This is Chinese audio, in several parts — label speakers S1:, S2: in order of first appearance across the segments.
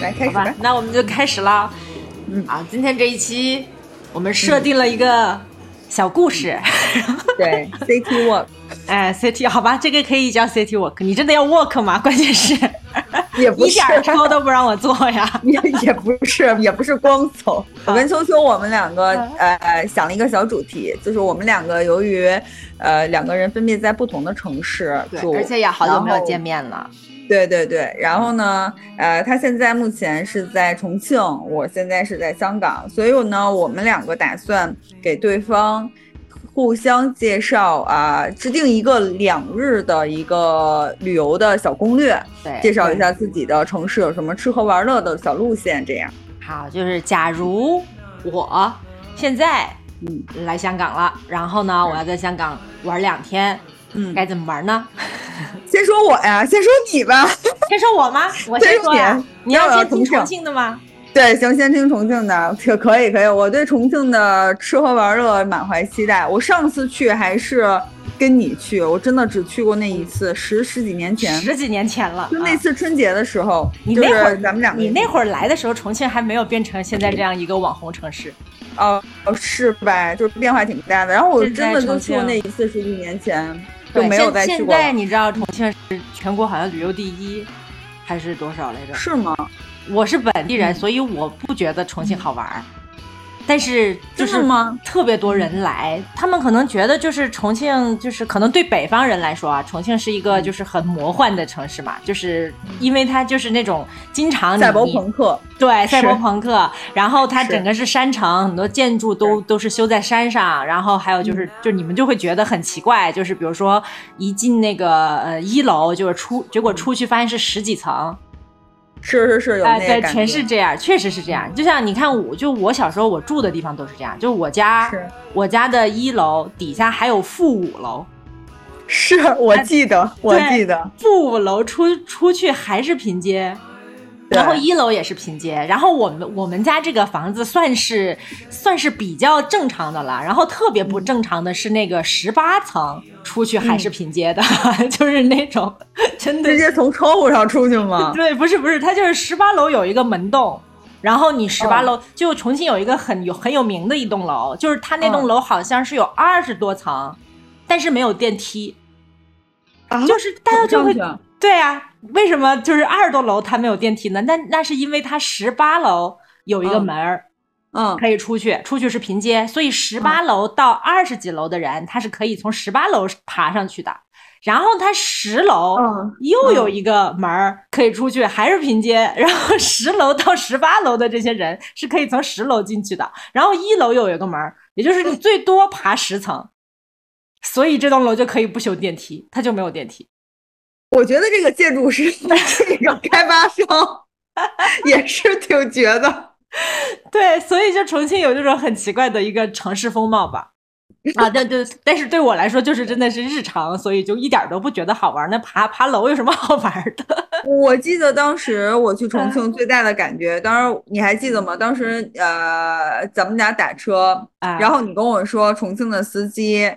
S1: 来开始
S2: 好吧，那我们就开始啦。
S1: 嗯
S2: 好，今天这一期我们设定了一个小故事，嗯
S1: 对，City Walk
S2: 哎，CT 好吧，这个可以叫 CT walk。你真的要 walk 吗？ 关键是
S1: 也不
S2: 一
S1: 是
S2: 点儿说都不让我做 呀。
S1: 也也不是，也不是光走。我跟秋秋，我们两个呃想了一个小主题，就是我们两个由于呃两个人分别在不同的城市住，
S2: 也好
S1: 久没有见
S2: 面了。
S1: 对对对。然后呢，呃，他现在目前是在重庆，我现在是在香港，所以呢，我们两个打算给对方互相介绍啊、制定一个两日的一个旅游的小攻略，
S2: 哎对
S1: 介绍一下自己的城市有什么吃喝玩乐的小路线，这样。
S2: 好，就是假如我现在
S1: 嗯
S2: 来香港了，然后呢，我要在香港玩两天，
S1: 嗯，
S2: 该怎么玩呢？
S1: 先说我呀，先说你吧。
S2: 先说我吗？我先说呀
S1: 对不。
S2: 你要先听
S1: 那我要
S2: 重庆的吗？
S1: 对，行，先听重庆的，可可以可以。我对重庆的吃喝玩乐满怀期待。我上次去还是跟你去，我真的只去过那一次，十十几年前，
S2: 十几年前了，
S1: 就那
S2: 啊
S1: 次春节的时候，
S2: 你
S1: 就
S2: 那会儿
S1: 是咱们两个
S2: 你
S1: 人，
S2: 那会儿来的时候，重庆还没有变成现在这样一个网红城市。
S1: 哦哦是吧？就是变化挺大的。然后我
S2: 现在
S1: 真的就
S2: 重
S1: 去过
S2: 庆
S1: 那一次，十几年前就
S2: 对，
S1: 没有
S2: 现
S1: 再去
S2: 现
S1: 过了。
S2: 在你知道重庆是全国好像旅游第一，还是多少来着？
S1: 是吗？
S2: 我是本地
S1: 嗯
S2: 人，所以我不觉得重庆好玩儿，但是就
S1: 真
S2: 是嗯
S1: 的吗？
S2: 特别多人来，他们可能觉得就是重庆，就是可能对北方人来说啊，重庆是一
S1: 嗯
S2: 个就是很魔幻的城市嘛，就是因为它就是那种经常你
S1: 赛博朋克，
S2: 对，赛
S1: 是
S2: 博朋克，然后它
S1: 是
S2: 整个是山城，很多建筑都都是修在山上，然后还有就是，
S1: 嗯
S2: 就你们就会觉得很奇怪，就是比如说一进那个呃一楼，就是出结果出去发现是十几层，
S1: 是是嗯是有那
S2: 哎、
S1: 个
S2: 对，
S1: 感觉。
S2: 全是这样，确实是这样。就像你看我，就我小时候我住的地方都是这样，就我家
S1: 是
S2: 我家的一楼底下还有负五楼，
S1: 是我记得，我
S2: 对
S1: 记得，
S2: 负五楼出出去还是平街，
S1: 对
S2: 然后一楼也是平街，然后我们我们家这个房子算是算是比较正常的了，然后特别不正常的是那个十八层出去还是平街的， 就是那种真的
S1: 直接从窗户上出去吗？
S2: 对，不是不是，它就是十八楼有一个门洞。然后你十八楼、就重庆有一个很有很有名的一栋楼，就是它那栋
S1: 嗯
S2: 楼好像是有二十多层，但是没有电梯，
S1: 啊
S2: 就是大家就会
S1: 怎么上去啊
S2: 对啊，为什么就是二十多楼它没有电梯呢？那那是因为它十八楼有一个
S1: 嗯
S2: 门儿
S1: 嗯，
S2: 可以出去，出去是平街，所以十八楼到二十几楼的人，他是可以从十八楼爬上去的。然后他十楼
S1: 嗯
S2: 又有一个门儿可以出去，还是平街。 然后十楼到十八楼的这些人是可以从十楼进去的，然后一楼又有一个门儿，也就是你最多爬十层，所以这栋楼就可以不修电梯，它就没有电梯。
S1: 我觉得这个建筑 师这个开发 商也是挺绝的。
S2: 对，所以就重庆有这种很奇怪的一个城市风貌吧。啊，对对，但是对我来说就是真的是日常，所以就一点儿都不觉得好玩儿。那爬爬楼有什么好玩儿的？
S1: 我记得当时我去重庆最大的感觉，当时你还记得吗？当时呃，咱们俩打车，
S2: 啊
S1: 然后你跟我说重庆的司机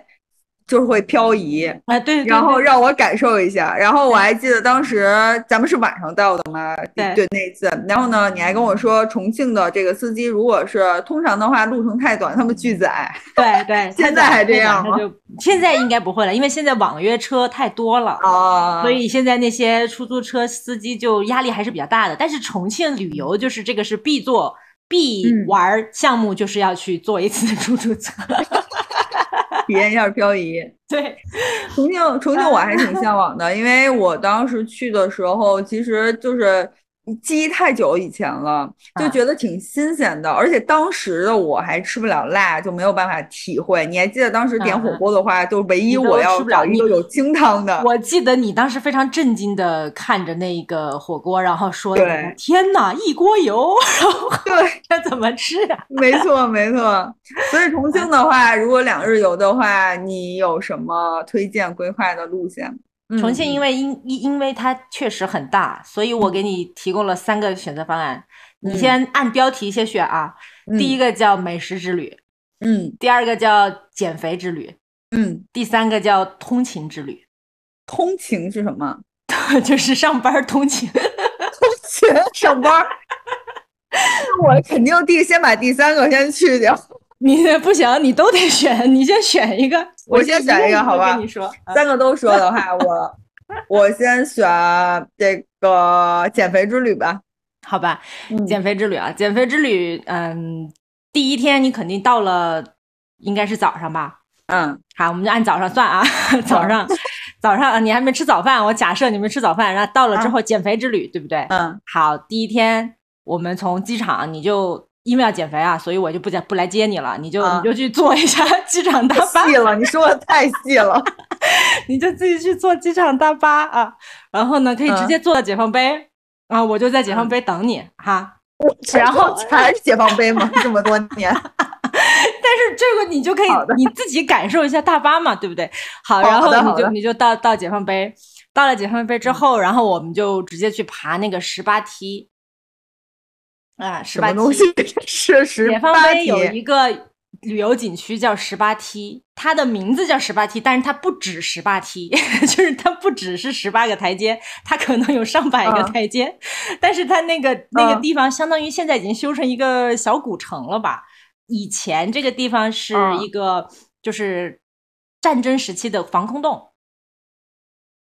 S1: 就是会漂移，
S2: 啊，对对对，
S1: 然后让我感受一下。然后我还记得当时咱们是晚上到的嘛，
S2: 对
S1: 对那一次。然后呢，你还跟我说重庆的这个司机如果是通常的话路程太短，他们拒载。
S2: 对对，
S1: 现
S2: 现
S1: 在还这样吗
S2: 就现在应该不会了，因为现在网约车太多了。
S1: 啊，
S2: 哦所以现在那些出租车司机就压力还是比较大的，但是重庆旅游就是这个是必做必
S1: 嗯
S2: 玩儿项目，就是要去坐一次出租车。
S1: 啊体验一下漂移。
S2: 对，
S1: 重庆，重庆我还挺向往的，因为我当时去的时候，其实就是记忆太久以前了，就
S2: 啊
S1: 觉得挺新鲜的，而且当时的我还吃不了辣，就没有办法体会。你还记得当时点
S2: 嗯
S1: 火
S2: 嗯
S1: 锅的话，就唯一
S2: 你都
S1: 我要
S2: 吃不了
S1: 找一
S2: 你
S1: 个有清汤的，
S2: 我记得你当时非常震惊的看着那个火锅，然后说
S1: 对：“
S2: 天哪，一锅油，然后
S1: 对。
S2: 这怎么吃啊呀、
S1: 没错，没错。所以重庆的话，如果两日游的话，你有什么推荐规划的路线？嗯
S2: 重庆因为因因因为它确实很大，所以我给你提供了三个选择方案，你
S1: 嗯
S2: 先按标题些选啊。第一
S1: 个，
S2: 个叫美食之旅，
S1: 嗯
S2: 第二个叫减肥之旅，
S1: 嗯，
S2: 第三个叫通勤之旅，
S1: 通勤是什么？
S2: 就是上班通勤。
S1: 学上班儿 我肯定第先把第三个先去 掉，
S2: 你不行，你都得选，你先选一个，
S1: 我先选一个好吧
S2: 跟你说，嗯
S1: 三个都说的话，我我先选这个减肥之旅吧。
S2: 好吧，
S1: 嗯
S2: 减肥之旅啊，减肥之旅，嗯，第一天你肯定到了，应该是早上吧？
S1: 嗯，
S2: 好，我们就按早上算啊， 早上，早上啊你还没吃早饭，我假设你没吃早饭，然后到了之后减肥之旅，对不对？
S1: 嗯
S2: 好，第一天我们从机场，你就因为要减肥啊，所以我就不接不来接你了，你就、
S1: 啊
S2: 你就去做一下机场大巴
S1: 太，细了，你说的太细了。
S2: 你就自己去坐机场大巴啊，然后呢，可以直
S1: 嗯
S2: 接坐到解放碑、啊，我就在解放碑等你、哈。
S1: 然后还是解放碑嘛，这么多年。
S2: 但是这个你就可以
S1: 好的
S2: 你自己感受一下大巴嘛，对不对？好，
S1: 好的
S2: 然
S1: 好
S2: 后你就
S1: 的嗯
S2: 你就到到解放碑，到了解放碑之后，然后我们就直接去爬那个十八梯。啊，十
S1: 什
S2: 八
S1: 么
S2: 梯！
S1: 东西？ 是十
S2: 解放
S1: 八
S2: 碑有
S1: 题。
S2: 一个旅游景区叫十八梯，它的名字叫十八梯，但是它不止十八梯， 就是它不只是十八个台阶，它可能有上百个
S1: 嗯
S2: 台阶，但是它那个那个
S1: 嗯
S2: 地方相当于现在已经修成一个小古城了吧？以前这个地方是
S1: 嗯
S2: 一个就是战争时期的防空洞。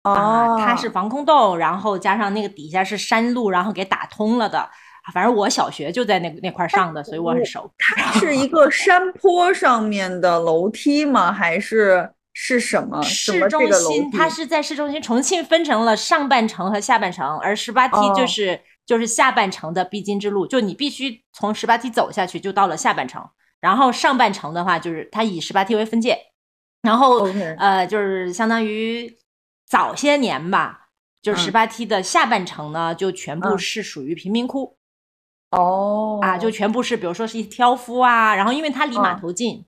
S2: 啊，
S1: 哦，
S2: 它是防空洞，然后加上那个底下是山路，然后给打通了的。啊反正我小学就在那那块儿上的，所以我很熟。
S1: 是一个山坡上面的楼梯吗？还是是什么？什
S2: 呃
S1: 么
S2: 市
S1: 这
S2: 中
S1: 个楼梯
S2: 心，？它是在市中心。重庆分成了上半程和下半程，而十八梯
S1: 哦
S2: 就是、就是下半程的必经之路，就你必须从十八梯走下去就到了下半程。然后上半程的话，就是它以十八梯为分界，然后
S1: OK
S2: 呃，就是相当于早些年吧，就
S1: 嗯
S2: 是十八梯的下半程呢，就全部
S1: 嗯
S2: 是属于贫民窟。
S1: 哦
S2: 啊，就全部是，比如说是一挑夫啊，然后因为它离码
S1: 嗯
S2: 头近、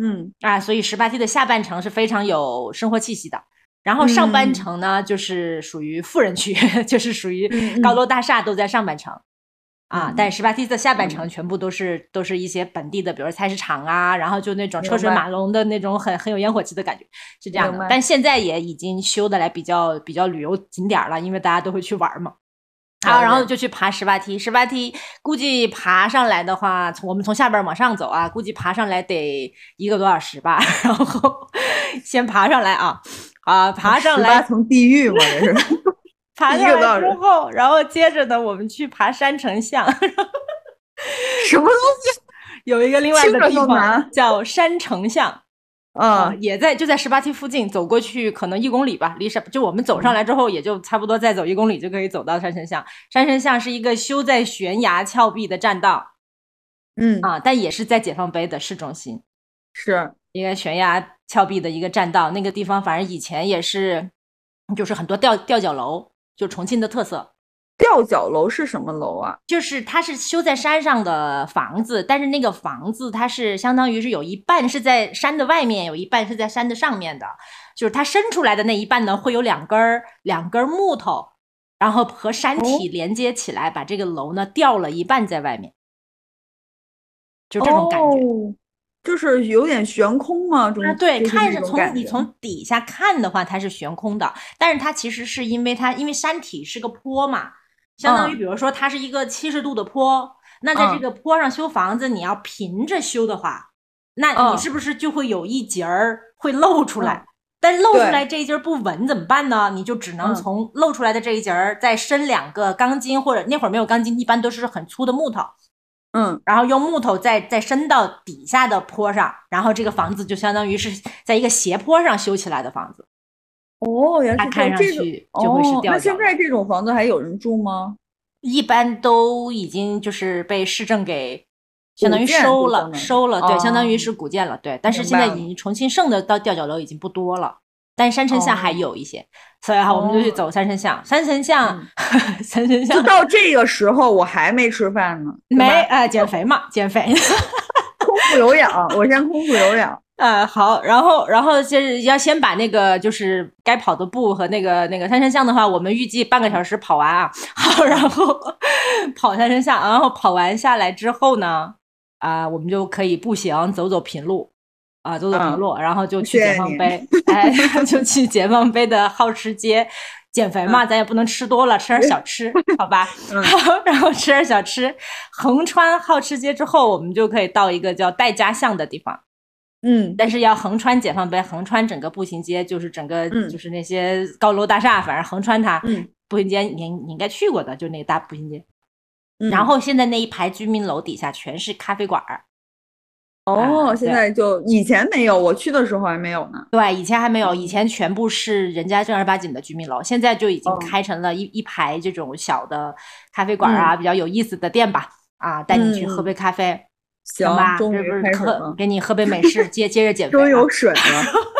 S1: 嗯
S2: 啊，所以十八梯的下半程是非常有生活气息的。然后上半
S1: 嗯
S2: 程呢，就是属于富人区， 就是属于
S1: 嗯嗯
S2: 高楼大厦都在上半程。啊，但
S1: 嗯
S2: 十八梯的下半程全部都是、都是一些本地的，比如说菜市场啊，然后就那种车水
S1: 明白
S2: 马龙的那种很很有烟火气的感觉，是这样
S1: 明
S2: 的
S1: 白。
S2: 但现在也已经修的来比较比较旅游景点儿了，因为大家都会去玩儿嘛。
S1: 了
S2: 好，
S1: 解
S2: 然后就去爬十八梯。十八梯估计爬上来的话，从我们从下边儿往上走啊，估计爬上来得一个多小时吧。 然后先爬上来啊，啊，爬上来
S1: 18层地狱嘛，这是
S2: 爬
S1: 一
S2: 上
S1: 个多小
S2: 来之
S1: 时
S2: 后，然后接着呢，我们去爬山城巷，
S1: 什 么东西？
S2: 有一个另外
S1: 听
S2: 的
S1: 着
S2: 地
S1: 都
S2: 方
S1: 难
S2: 叫山城巷，啊
S1: 啊，
S2: 也在就在十八梯附近，走过去可能一公里吧，离山就我们走上来之后，也就差不多再走一公里就可以走到山城巷。山城巷是一个修在悬崖峭壁的栈道
S1: 嗯，
S2: 啊，但也是在解放碑的市中心。
S1: 是
S2: 一个悬崖峭壁的一个栈道，那个地方反正以前也是，就是很多吊吊脚楼，就重庆的特色，
S1: 吊脚楼是什么楼啊？
S2: 就是它是修在山上的房子，但是那个房子它是相当于是有一半是在山的外面，有一半是在山的上面的，就是它伸出来的那一半呢，会有两根儿两根儿木头，然后和山体连接起来，把这个楼呢吊了一半在外面，就这种感觉。
S1: 哦就是有点悬空嘛，中
S2: 啊，对，
S1: 就是
S2: 看
S1: 那
S2: 着
S1: 种
S2: 从
S1: 感
S2: 你
S1: 觉
S2: 从底下看的话，它是悬空的，但是它其实是因为它因为山体是个坡嘛，相当于
S1: 嗯
S2: 比如说它是一个七十度的坡，那在这
S1: 嗯
S2: 个坡上修房子，你要平着修的话，那你
S1: 嗯
S2: 是不是就会有一截儿会露出来？但是露出
S1: 对
S2: 来这一截儿不稳怎么办呢？你就只能
S1: 嗯
S2: 从露出来的这一截儿再伸两个钢筋，或者那会儿没有钢筋，一般都是很粗的木头，
S1: 嗯
S2: 然后用木头再再伸到底下的坡上，然后这个房子就相当于是在一个斜坡上修起来的房子，
S1: 哦，原来是
S2: 它
S1: 这
S2: 看
S1: 样
S2: 上
S1: 这种
S2: 去就会是
S1: 哦。
S2: 吊
S1: 那
S2: 脚
S1: 现
S2: 的。
S1: 在这种房子还有人住吗？
S2: 一般都已经就是被市政给相当于
S1: 古建
S2: 收
S1: 就
S2: 了，
S1: 相当于
S2: 收了，对，相当于
S1: 哦
S2: 是古建了，对。但是
S1: 明
S2: 现在
S1: 白
S2: 已经重庆剩的到吊脚楼已经不多了。但山城巷还
S1: 哦
S2: 有一些，所以哈，我们就去
S1: 哦嗯
S2: 走山城巷。山城巷， 山城巷
S1: 就到这个时候，我还没吃饭呢，对
S2: 没
S1: 吧
S2: 呃减肥嘛，减肥。
S1: 空腹有氧，我先空腹有氧。
S2: 啊，好，然后，然后就是要先把那个就是该跑的步和那个那个三山项的话，我们预计半个小时跑完啊。 好，然后跑三山项，然后跑完下来之后呢，啊，我们就可以步行走走平路，啊，走走平
S1: 嗯
S2: 路，然后就去
S1: 谢谢
S2: 解放
S1: 你
S2: 碑，哎，就去解放碑的好吃街减肥嘛，咱也不能吃多了，吃点小吃，好吧？
S1: 嗯
S2: 好，然后吃点小吃。横穿好吃街之后，我们就可以到一个叫戴家巷的地方。
S1: 嗯
S2: 但是要横穿解放碑，横穿整个步行街，就是整个
S1: 嗯
S2: 就是那些高楼大厦，反正横穿它。
S1: 嗯
S2: 步行街你你应该去过的，就那个大步行街。
S1: 嗯，
S2: 然后现在那一排居民楼底下全是咖啡馆儿，啊
S1: 哦，现
S2: 对
S1: 在就以前没有，我去的时候还没有呢。
S2: 对，以前还没有，
S1: 嗯
S2: 以前全部是人家正儿八经的居民楼，现在就已经
S1: 哦
S2: 开成了一、一排这种小的咖啡馆儿啊，比较有意思的店吧。啊，带你去喝
S1: 嗯
S2: 杯咖啡，
S1: 行
S2: 行吧？，
S1: 终
S2: 这
S1: 于
S2: 不
S1: 开
S2: 是
S1: 始
S2: 喝
S1: 了，
S2: 给你喝杯美 式，接接着减肥啊。
S1: 终于有水了。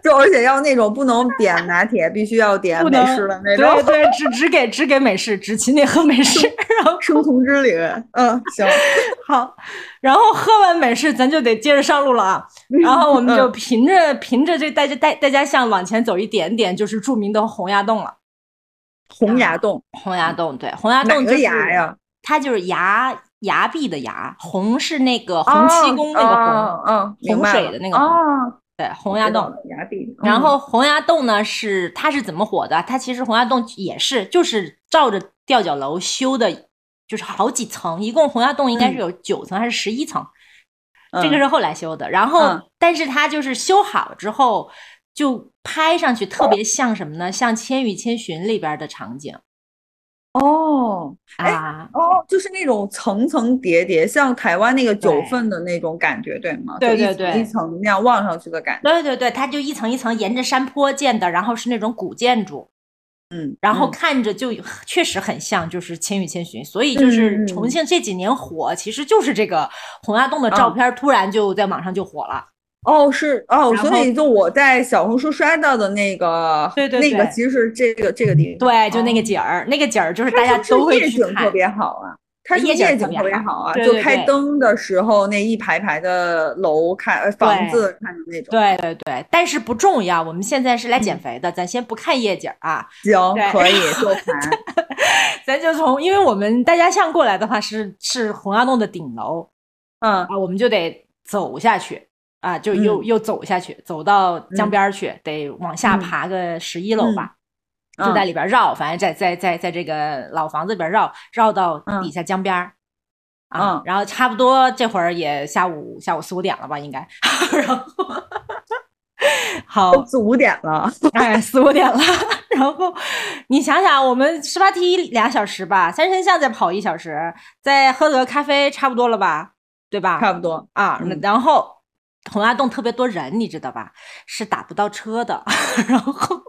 S1: 就而且要那种不能点拿铁，必须要点
S2: 不
S1: 美
S2: 能
S1: 式的那
S2: 对
S1: 种，
S2: 对，只只给只给美式，只请你喝 美式。然后
S1: 生酮之旅。嗯，行，
S2: 好，然后喝完美式，咱就得接着上路了啊。然后我们
S1: 嗯
S2: 就凭着凭着这带着带带家巷往前走一点点，就是著名的洪崖洞了。
S1: 洪崖洞，
S2: 洪崖洞，对，洪崖
S1: 哪
S2: 洞就
S1: 个
S2: 是
S1: 崖呀？
S2: 它就是崖崖壁的崖，洪是那个洪七公那个洪，
S1: 哦，哦哦明
S2: 洪
S1: 白
S2: 水
S1: 了
S2: 的那个洪
S1: 哦，
S2: 对，洪崖洞。
S1: 崖壁。嗯
S2: 然后洪崖洞呢是它是怎么火的？它其实洪崖洞也是就是照着吊脚楼修的，就是好几层，一共洪崖洞应该是有九层还是十一层，这个
S1: 嗯
S2: 是后来修的。然后，
S1: 嗯
S2: 但是它就是修好之后就拍上去特别像什么呢？像《千与千寻》里边的场景
S1: 哦哎
S2: 啊。
S1: 哦，就是那种层层叠叠，像台湾那个九
S2: 对
S1: 份的那种感觉，对吗？
S2: 对
S1: 就一
S2: 对对
S1: 层一层那样望上去的感觉。
S2: 对对对，它就一层一层沿着山坡建的，然后是那种古建筑，
S1: 嗯，
S2: 然后
S1: 嗯
S2: 看着就确实很像，就是《千与千寻》，所以就是
S1: 嗯
S2: 重庆这几年火，其实就是这个洪崖洞的
S1: 嗯
S2: 照片突然就在网上就火了。
S1: 哦，是哦，
S2: 然
S1: 所
S2: 后
S1: 以就我在小红书刷到的那个，
S2: 对对
S1: 那个
S2: 对
S1: 其实是这个这个地方，
S2: 对，就那个景儿，那个景儿就是
S1: 它
S2: 大家
S1: 是
S2: 都
S1: 不是
S2: 会
S1: 夜
S2: 去
S1: 景特
S2: 看。
S1: 别好啊，它是不
S2: 夜
S1: 是夜
S2: 景特
S1: 景
S2: 别
S1: 特别
S2: 好
S1: 好啊，
S2: 对
S1: 就
S2: 对
S1: 开
S2: 对
S1: 灯的时候那一排排的楼看呃房
S2: 对
S1: 子看的那种，
S2: 对对对，但是不重要，我们现在
S1: 嗯
S2: 是来减肥的，咱先不看夜景儿啊，对
S1: 行，可以就 盘，
S2: 咱就从，因为我们大家巷过来的话是是洪崖洞的顶楼
S1: 嗯
S2: 啊，我们就得走下去啊，就又、又走下去，走到江边儿去，得往下
S1: 嗯
S2: 爬个十一楼吧，就在
S1: 嗯
S2: 里边绕，反正在在在在这个老房子里边绕，绕到
S1: 嗯
S2: 底下江边儿。啊
S1: 嗯，
S2: 然后差不多这会儿也下午下午四五点了吧，应该。 然后， 好，
S1: 都四五点了，
S2: 哎，四五点了。 然后你想想，我们十八梯俩小时吧，三神像再跑一小时，再喝个咖啡，差不多了吧？对吧？
S1: 差不多，
S2: 啊，
S1: 嗯
S2: 然后洪崖洞特别多人，你知道吧？是打不到车的。 然后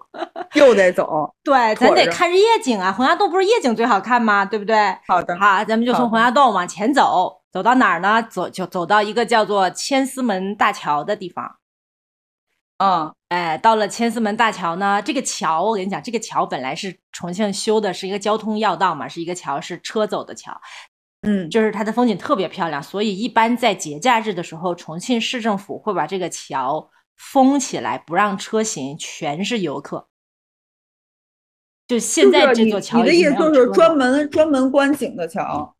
S1: 又得走，
S2: 对，
S1: 腿
S2: 咱得
S1: 着
S2: 看着夜景啊。洪崖洞不是夜景最好看吗？对不对？
S1: 好的，
S2: 好，咱们就
S1: 好
S2: 从
S1: 的
S2: 洪崖洞往前走，走到哪儿呢？走就走到一个叫做千厮门大桥的地方。
S1: 嗯
S2: 哎，到了千厮门大桥呢，这个桥我跟你讲，这个桥本来是重庆修的，是一个交通要道嘛，是一个桥，是车走的桥，
S1: 嗯
S2: 就是它的风景特别漂亮，所以一般在节假日的时候，重庆市政府会把这个桥封起来，不让车行，全是游客。就现在
S1: 就是
S2: 这
S1: 你
S2: 座桥
S1: 你的
S2: 已
S1: 意
S2: 经
S1: 思
S2: 没有
S1: 就是
S2: 车了
S1: 专门专门观景的桥，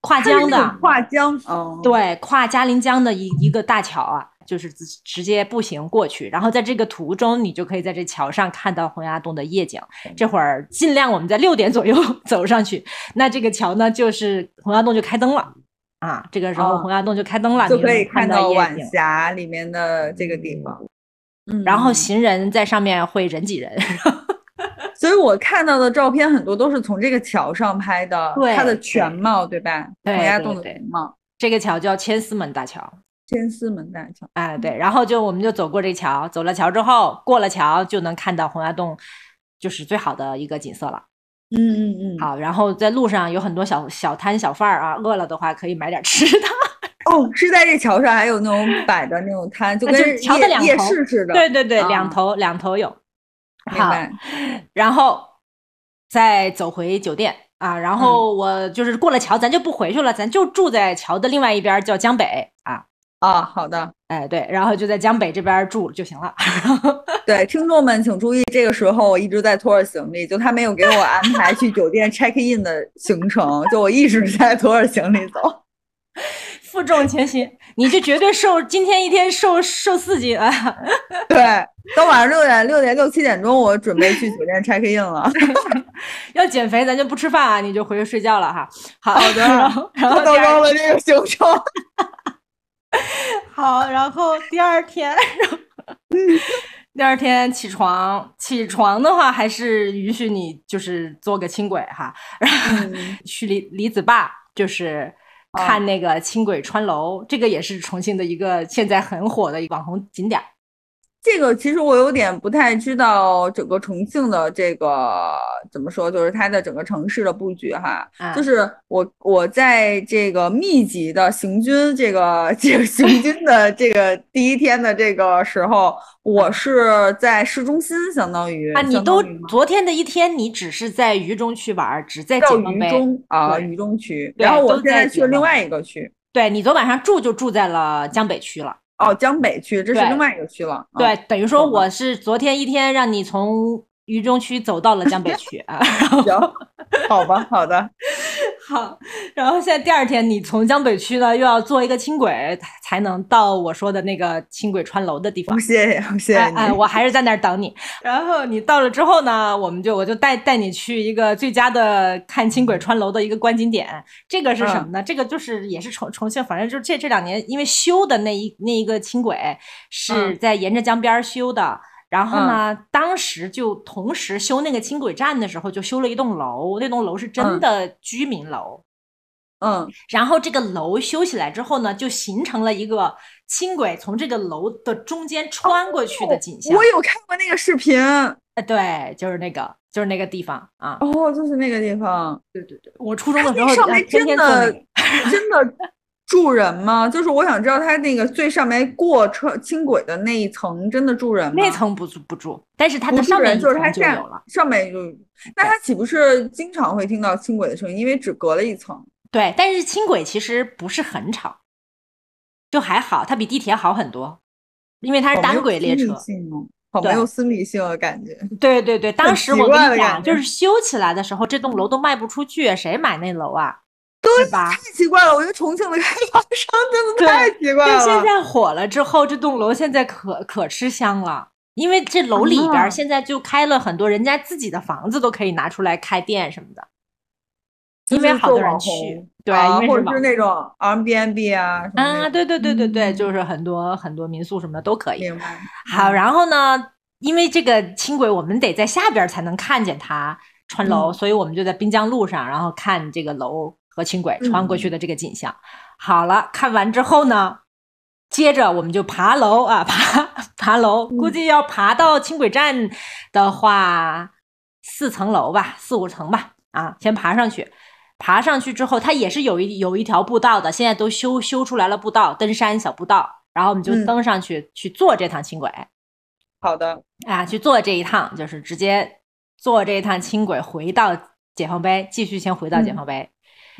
S2: 跨
S1: 它是
S2: 江
S1: 那
S2: 的
S1: 种，跨江，哦，
S2: 对，跨嘉陵江的一一个大桥啊，就是直直接步行过去，然后在这个途中，你就可以在这桥上看到洪崖洞的夜景。
S1: 嗯
S2: 这会儿尽量我们在六点左右 走上去，那这个桥呢，就是洪崖洞就开灯了啊，这个时候
S1: 哦
S2: 洪崖洞就开灯了，
S1: 就
S2: 你就
S1: 可以
S2: 能
S1: 看
S2: 看
S1: 到
S2: 夜
S1: 晚
S2: 景。
S1: 霞里面的这个地方。嗯，
S2: 然后行人在上面会人挤人，
S1: 所以我看到的照片很多都是从这个桥上拍的，
S2: 对
S1: 它的全貌对吧？
S2: 对
S1: 洪崖
S2: 对
S1: 洞的
S2: 对
S1: 全貌，
S2: 这个桥叫千厮门大桥。
S1: 千厮门大桥。
S2: 哎，对，然后就我们就走过这桥，走了桥之后，过了桥就能看到洪崖洞，就是最好的一个景色了。
S1: 嗯嗯嗯。
S2: 好，啊然后在路上有很多小小摊小贩儿啊，饿了的话可以买点吃的。
S1: 哦，是在这桥上还有那种摆的那种摊，就
S2: 那就是
S1: 跟
S2: 桥的
S1: 夜
S2: 两
S1: 夜
S2: 头
S1: 市似的。
S2: 对对对，两
S1: 啊
S2: 头两头有。
S1: 明
S2: 好，
S1: 白。
S2: 然后再走回酒店啊，
S1: 嗯
S2: 然后我就是过了桥，咱就不回去了，咱就住在桥的另外一边儿，叫江北啊。
S1: 啊，好的。
S2: 哎，对，然后就在江北这边儿住就行了。
S1: 对，听众们请注意，这个时候我一直在拖着行李，就他没有给我安排去酒店 check in 的行程，就我一直在拖着行李走。
S2: 负重前行，你这绝对瘦，今天一天瘦瘦四斤啊！
S1: 对，到晚上六点、六点六七点钟，我准备去酒店 check in 了。
S2: 要减肥，咱就不吃饭啊，你就回去睡觉了哈。好
S1: 好的，
S2: 然后然后
S1: 我等
S2: 第
S1: 到
S2: 二
S1: 了这个行程，
S2: 好，然后第二天， 第二天起床，起床的话还是允许你就是坐个轻轨哈，然后去离离子坝，就是
S1: 啊
S2: 看那个轻轨穿楼，这个也是重庆的一个现在很火的一个网红景点儿。
S1: 这个其实我有点不太知道整个重庆的这个怎么说，就是它的整个城市的布局哈。
S2: 啊
S1: 就是我我在这个密集的行军这个 这个行军的这个第一天的这个时候，我是在市中心，相当于
S2: 啊，你
S1: 相
S2: 都
S1: 当于
S2: 昨天的一天，你只是在渝中区玩儿，只在解
S1: 到
S2: 放
S1: 渝
S2: 碑。
S1: 中啊
S2: 对
S1: 渝中区，
S2: 对
S1: 然后我
S2: 都
S1: 现在
S2: 在
S1: 去
S2: 解
S1: 了另
S2: 放
S1: 外一个区
S2: 对你昨晚上住就住在了江北区了。
S1: 哦江北区，这是
S2: 对
S1: 另外一个区了。
S2: 对
S1: 啊，，
S2: 等于
S1: 好
S2: 说
S1: 吧
S2: 我是昨天一天让你从渝中区走到了江北区啊，然后
S1: 行，好吧，好 的，
S2: 好，然后现在第二天你从江北区呢又要坐一个轻轨才能到我说的那个轻轨穿楼的地方
S1: 我。谢谢，我谢谢
S2: 哎
S1: 你。
S2: 哎，我还是在那儿等你。然后你到了之后呢，我们就我就带带你去一个最佳的看轻轨穿楼的一个观景点。这个是什么呢？
S1: 嗯
S2: 这个就是也是重重庆，反正就这这两年因为修的那一那一个轻轨是
S1: 嗯
S2: 在沿着江边儿修的。然后呢，当时就同时修那个轻轨站的时候，就修了一栋楼，那栋楼是真
S1: 嗯
S2: 的居民楼。
S1: 嗯
S2: 然后这个楼修起来之后呢，就形成了一个轻轨从这个楼的中间穿过去的景象。
S1: 哦我有看过那个视频，
S2: 呃，对，就是那个，就是那个地方啊。
S1: 哦，就是那个地方，
S2: 我初中 的时
S1: 那
S2: 候
S1: 上
S2: 呃
S1: 面
S2: 天
S1: 真
S2: 天坐那
S1: 的
S2: 个。
S1: 真的住人吗？就是我想知道它那个最上面过车轻轨的那一层真的住人吗？
S2: 那层不住不住，但是它
S1: 不
S2: 的
S1: 是
S2: 上面
S1: 人，
S2: 一
S1: 就是它
S2: 层就
S1: 站
S2: 有了。
S1: 上面就，那它岂不是经常会听到轻轨的声音？因为只隔了一层。
S2: 对，但是轻轨其实不是很吵，就还好，它比地铁好很多，因为它是
S1: 好哦没
S2: 单
S1: 有
S2: 轨列
S1: 私
S2: 车。
S1: 密性哦，好
S2: 对
S1: 没有私密性的感觉。
S2: 对对对，当
S1: 很
S2: 时
S1: 奇
S2: 我
S1: 怪
S2: 跟
S1: 的
S2: 你
S1: 感
S2: 讲，就
S1: 觉
S2: 是修起来的时候，这栋楼都卖不出去，谁买那楼啊？对吧？
S1: 太奇怪了，我觉得重庆的开发商真的
S2: 对
S1: 太奇怪
S2: 但
S1: 了。
S2: 现在火了之后，这栋楼现在可可吃香了，因为这楼里边
S1: 啊
S2: 儿现在就开了很多人家自己的房子，都可以拿出来开店什么的，
S1: 就
S2: 因为
S1: 是
S2: 好
S1: 做
S2: 多人
S1: 网
S2: 去
S1: 红，
S2: 对，
S1: 啊
S2: 因为
S1: 或者
S2: 网
S1: 是那种 Airbnb 啊什么
S2: 啊，
S1: 那种
S2: 对对对对对，
S1: 嗯
S2: 就是很多很多民宿什么的都可以。
S1: 明白。
S2: 好，
S1: 嗯
S2: 然后呢，因为这个轻轨我们得在下边儿才能看见它穿楼，
S1: 嗯
S2: 所以我们就在滨江路上，然后看这个楼和轻轨穿过去的这个景象。
S1: 嗯
S2: 好了，看完之后呢，接着我们就爬楼啊，爬爬楼，估
S1: 嗯
S2: 计要爬到轻轨站的话，四层楼吧，四五层吧，啊，先爬上去。爬上去之后，它也是有一有一条步道的，现在都修修出来了步道，登山小步道，然后我们就
S1: 嗯
S2: 登上去、去坐这趟轻轨。
S1: 好的，
S2: 啊，去坐这一趟，就是直接坐这一趟轻轨回到解放碑，继续先回到解
S1: 嗯
S2: 放碑。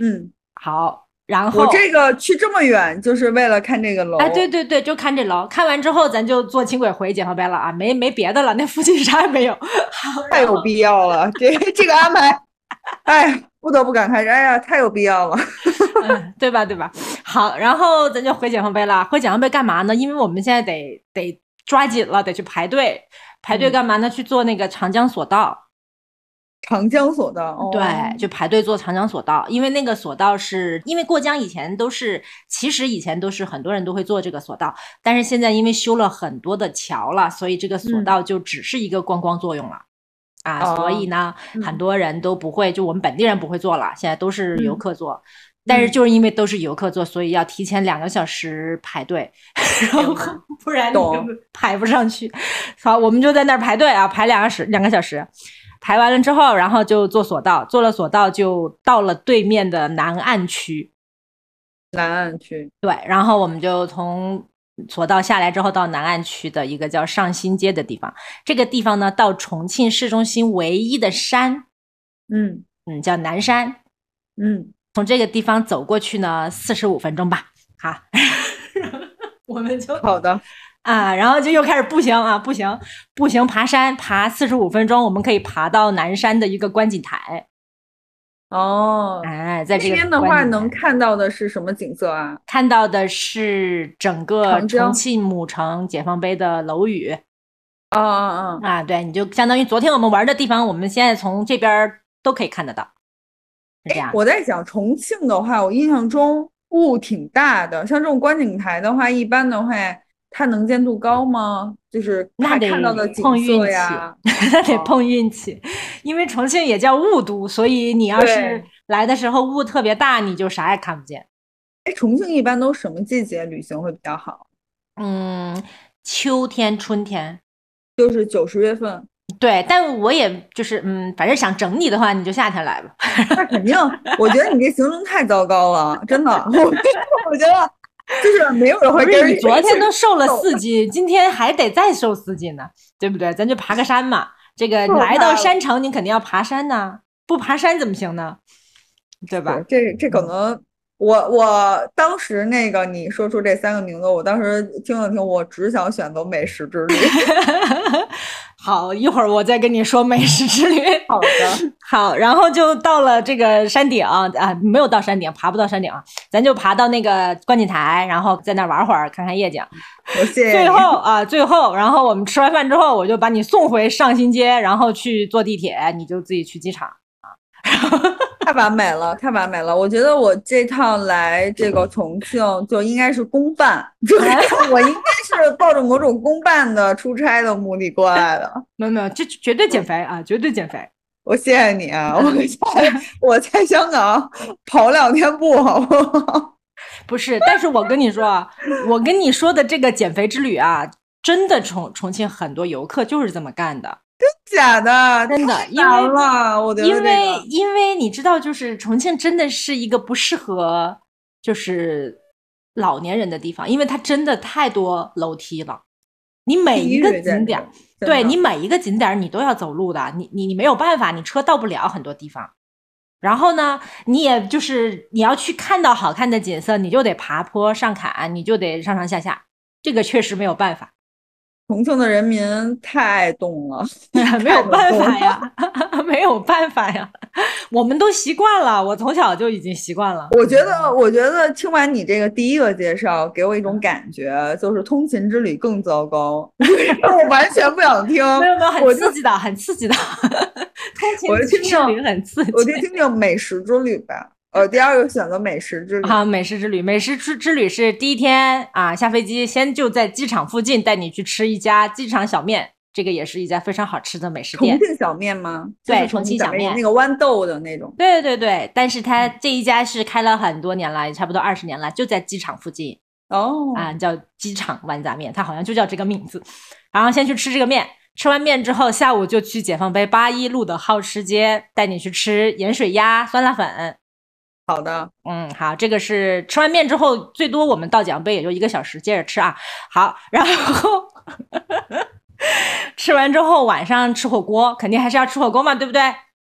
S1: 嗯，
S2: 好，然后
S1: 我这个去这么远就是为了看这个楼。
S2: 哎，对对对，就看这楼，看完之后咱就坐轻轨回解放碑了啊，没没别的了，那附近啥也没 有。
S1: 太有必要了，这这个安排，哎，不得不感慨，哎呀，太有必要了。
S2: 嗯，对吧？对吧？好，然后咱就回解放碑了。回解放碑干嘛呢？因为我们现在得得抓紧了，得去排队。排队
S1: 嗯
S2: 干嘛呢？去坐那个长江索道。
S1: 长江索道，哦、
S2: 对，就排队坐长江索道，因为那个索道是因为过江以前都是，其实以前都是很多人都会坐这个索道，但是现在因为修了很多的桥了，所以这个索
S1: 嗯
S2: 道就只是一个观光作用了。啊，所以
S1: 哦
S2: 呢，很
S1: 嗯
S2: 多人都不会，就我们本地人不会坐了，现在都是游
S1: 嗯
S2: 客坐。但是
S1: 嗯
S2: 就是因为都是游客坐，所以要提前两个小时排队，然后
S1: 白
S2: 不然你
S1: 懂
S2: 根本排不上去。好，我们就在那儿排队啊，排两个时两个小时，排完了之后，然后就坐索道，坐了索道就到了对面的南岸区。
S1: 南岸区，
S2: 对，然后我们就从索道下来之后，到南岸区的一个叫上新街的地方。这个地方呢，到重庆市中心唯一的山，
S1: 嗯
S2: 嗯，叫南山。
S1: 嗯，
S2: 从这个地方走过去呢，四十五分钟吧。好， 我们就
S1: 好的，
S2: 啊，然后就又开始步行啊，步行，步行爬山，爬四十五分钟，我们可以爬到南山的一个观景台。
S1: 哦，
S2: 哎，在
S1: 那
S2: 这个
S1: 边的
S2: 观
S1: 话
S2: 景
S1: 能
S2: 台
S1: 看到的是什么景色啊？
S2: 看到的是整个
S1: 长江
S2: 重庆母城解放碑的楼宇
S1: 哦哦哦，
S2: 啊，对，你就相当于昨天我们玩的地方，我们现在从这边儿都可以看得到，是这
S1: 哎
S2: 样，。
S1: 我在想重庆的话，我印象中雾挺大的，像这种观景台的话，一般的话它能见度高吗？就是
S2: 那
S1: 看
S2: 得
S1: 看到的景
S2: 碰运
S1: 色
S2: 气
S1: 呀，
S2: 那
S1: 哦
S2: 得碰运气，因为重庆也叫雾都，所以你要是
S1: 对
S2: 来的时候雾特别大，你就啥也看不见。
S1: 哎，重庆一般都什么季节旅行会比较好？
S2: 嗯，秋天、春天，
S1: 就是九十月份，
S2: 对，但我也就是嗯，反正想整你的话，你就夏天来吧。
S1: 那肯定，我觉得你这形容太糟糕了，真的， 我我觉得就是没有人
S2: 不
S1: 会
S2: 是
S1: 跟
S2: 你昨天都瘦了
S1: 瘦
S2: 四斤，今天还得再瘦四斤呢，对不对？咱就爬个山嘛。这个
S1: 瘦
S2: 来
S1: 大
S2: 到
S1: 了
S2: 山城，你肯定要爬山呐，不爬山怎么行呢？对吧？
S1: 这这可能我我当时那个你说出这三个名字，我当时听了听，我只想选择美食之旅。
S2: 好，一会儿我再跟你说美食之旅。
S1: 好的，
S2: 好，然后就到了这个山顶啊，啊没有到山顶，爬不到山顶啊，咱就爬到那个观景台，然后在那儿玩会儿，看看夜景。
S1: 我谢谢
S2: 最
S1: 你。
S2: 后啊，最后，然后我们吃完饭之后，我就把你送回上新街，然后去坐地铁，你就自己去机场。
S1: 太完美了，太完美了！我觉得我这趟来这个重庆就应该是公办，就是
S2: 哎
S1: 我应该是抱着某种公办的出差的目的过来的。
S2: 没有没有，这绝对减肥啊，绝对减肥。
S1: 我谢谢你啊！ 我在我在香港跑两天步，好不好？
S2: 不是，但是我跟你说啊，我跟你说的这个减肥之旅啊，真的重重庆很多游客就是这么干的，
S1: 假的，
S2: 真的
S1: 太
S2: 因为
S1: 难了，我觉得
S2: 因
S1: 这
S2: 为
S1: 个
S2: 因为你知道，就是重庆真的是一个不适合就是老年人的地方，因为它真的太多楼梯了。你
S1: 地
S2: 每哎一个
S1: 狱简
S2: 景
S1: 直
S2: 点儿，
S1: 真
S2: 对
S1: 的
S2: 你每一个景点儿你都要走路的，你你你没有办法，你车到不了很多地方。然后呢，你也就是你要去看到好看的景色，你就得爬坡上坎，你就得上上下下，这个确实没有办法，
S1: 重庆的人民太动了，
S2: 没有办
S1: 太
S2: 法
S1: 冷
S2: 呀，没有办法呀，我们都习惯了，我从小就已经习惯了。
S1: 我觉得，我觉得听完你这个第一个介绍，给我一种感觉，就是通勤之旅更糟糕， 我完全不想听。
S2: 没有没有，
S1: 我
S2: 很
S1: 就
S2: 刺激的，很刺激的， 通勤
S1: 我就听
S2: 之
S1: 到
S2: 旅很刺激。
S1: 我就听听美食之旅吧。呃，第二个选择美食之旅。
S2: 好，啊美食之旅，美食之之旅是第一天啊，下飞机先就在机场附近带你去吃一家机场小面，这个也是一家非常好吃的美食
S1: 重
S2: 店。
S1: 庆小面吗？
S2: 对
S1: 就是
S2: 重庆小面
S1: 那个豌豆的那种。
S2: 对对对，但是它
S1: 嗯
S2: 这一家是开了很多年了，差不多二十年了，就在机场附近
S1: 哦，
S2: 啊，叫机场豌杂面，它好像就叫这个名字。然后先去吃这个面，吃完面之后，下午就去解放碑八一路的好吃街，带你去吃盐水鸭、酸辣粉。
S1: 好的，
S2: 嗯，好，这个是吃完面之后，最多我们到奖杯也就一个小时，接着吃啊。好，然后 吃完之后晚上吃火锅，肯定还是要吃火锅嘛，对不对？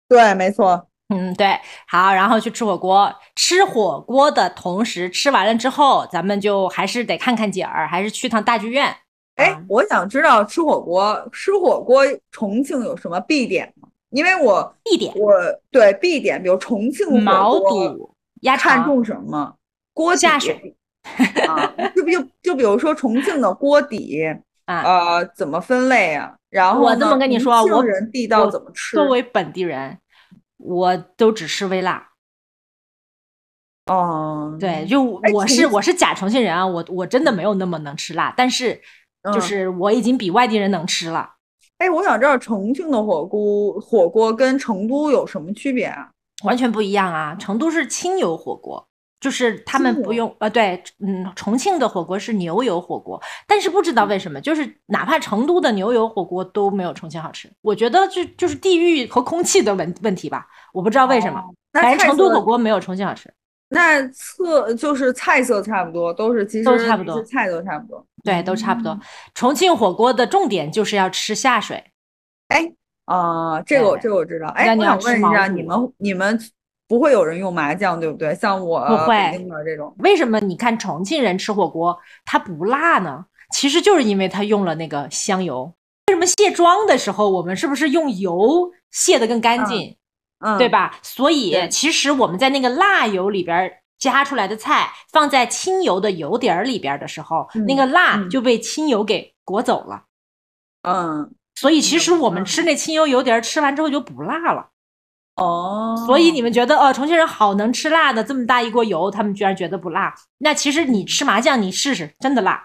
S1: 对，没错。
S2: 嗯，对，好，然后去吃火锅。吃火锅的同时，吃完了之后，咱们就还是得看看景儿，还是去趟大剧院。
S1: 哎
S2: 啊，
S1: 我想知道吃火锅，吃火锅重庆有什么必点吗？因为我
S2: 地点
S1: 我对必点，比如重庆火
S2: 毛
S1: 锅
S2: 肚、鸭
S1: 看
S2: 肠，
S1: 重什么？锅底
S2: 下水
S1: 啊，就比就就比如说重庆的锅底
S2: 啊
S1: 呃，怎么分类啊？然后
S2: 我
S1: 呢
S2: 这么跟你说啊
S1: 重庆
S2: 我
S1: 人地道
S2: 我
S1: 怎么吃？
S2: 作为本地人，我都只吃微辣。
S1: 哦，
S2: 对，，就我
S1: 哎
S2: 我
S1: 重
S2: 是
S1: 庆
S2: 我是假重庆人啊，我我真的没有那么能吃辣，但是就
S1: 嗯
S2: 是我已经比外地人能吃了。
S1: 哎，我想知道重庆的火锅火锅跟成都有什么区别啊？
S2: 完全不一样啊！成都是清油火锅，就是他们
S1: 清
S2: 不
S1: 油
S2: 用呃，对，嗯，重庆的火锅是牛油火锅，但是不知
S1: 嗯
S2: 道为什么，就是哪怕成都的牛油火锅都没有重庆好吃。我觉得就就是地域和空气的问问题吧，我不知道为什么，
S1: 那
S2: 反
S1: 哦
S2: 正
S1: 菜
S2: 哎成都
S1: 色
S2: 火锅没有重庆好吃，
S1: 那色就是菜色差不多，都是其
S2: 都
S1: 实
S2: 差不
S1: 其
S2: 多
S1: 实菜都差不多。
S2: 对，都差不
S1: 嗯
S2: 多。重庆火锅的重点就是要吃下水，
S1: 啊，这个我
S2: 对
S1: 这个我知道。哎，
S2: 那你
S1: 我
S2: 要
S1: 想
S2: 吃
S1: 问一
S2: 毛
S1: 下，你
S2: 肚
S1: 们你们不会有人用麻酱对不对？像我
S2: 不会
S1: 北京的这种，
S2: 为什么你看重庆人吃火锅它不辣呢？其实就是因为它用了那个香油。为什么卸妆的时候我们是不是用油卸得更干净？
S1: 嗯，
S2: 对？吧？所以
S1: 对
S2: 其实我们在那个辣油里边儿加出来的菜，放在清油的油底儿里边儿的时候，
S1: 嗯
S2: 那个辣
S1: 嗯
S2: 就被清油给裹走了。
S1: 嗯，
S2: 所以其实我们
S1: 嗯
S2: 吃那清油油底儿吃完之后就不辣了。
S1: 哦，
S2: 所以你们觉得哦，重庆人好能吃辣的，这么大一锅油，他们居然觉得不辣。那其实你吃麻酱，你试试，真的辣。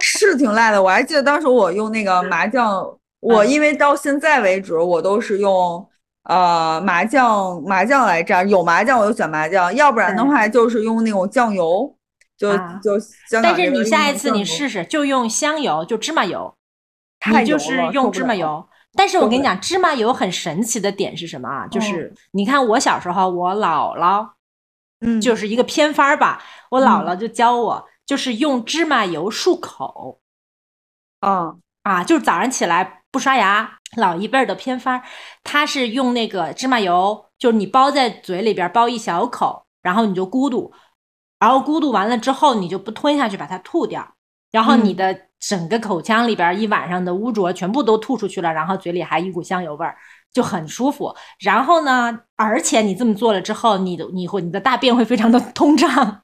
S1: 是挺辣的。我还记得当时我用那个麻酱，我
S2: 嗯
S1: 因为到现在为止我都是用呃麻酱麻酱来蘸，有麻酱我就选麻酱，要不然的
S2: 对
S1: 话就是用那种酱油，就
S2: 啊
S1: 就香港
S2: 但
S1: 这
S2: 是
S1: 边
S2: 你
S1: 用
S2: 下一
S1: 的
S2: 次
S1: 酱
S2: 你
S1: 油
S2: 试试，就用香油，就芝麻油，
S1: 太
S2: 你
S1: 油
S2: 就是
S1: 了受
S2: 用
S1: 不
S2: 芝麻
S1: 了
S2: 油。但是
S1: 受
S2: 我
S1: 不
S2: 跟你
S1: 了
S2: 讲，芝麻油很神奇的点是什么啊？就是你看我小时候，我姥姥
S1: 嗯
S2: 就是一个偏方儿吧，我姥
S1: 嗯
S2: 姥就教我，就是用芝麻油漱口
S1: 啊
S2: 啊，就是早上起来不刷牙，老一辈儿的偏方儿，他是用那个芝麻油，就是你包在嘴里边儿包一小口，然后你就咕嘟，然后咕嘟完了之后，你就不吞下去，把它吐掉，然后你
S1: 嗯
S2: 的整个口腔里边儿一晚上的污浊全部都吐出去了，然后嘴里还一股香油味儿。就很舒服，然后呢，而且你这么做了之后，你的你会你的大便会非常的通畅，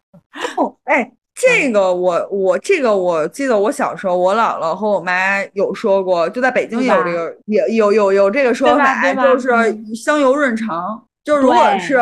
S1: 哦，哎，
S2: 嗯
S1: 这个我我这个我记得我小时候，我姥姥和我妈有说过，就在北京
S2: 对
S1: 也有
S2: 吧
S1: 这个，也有有有这个说
S2: 对吧
S1: 法，
S2: 对吧
S1: 就是
S2: 嗯
S1: 香油润肠，就如果
S2: 对
S1: 是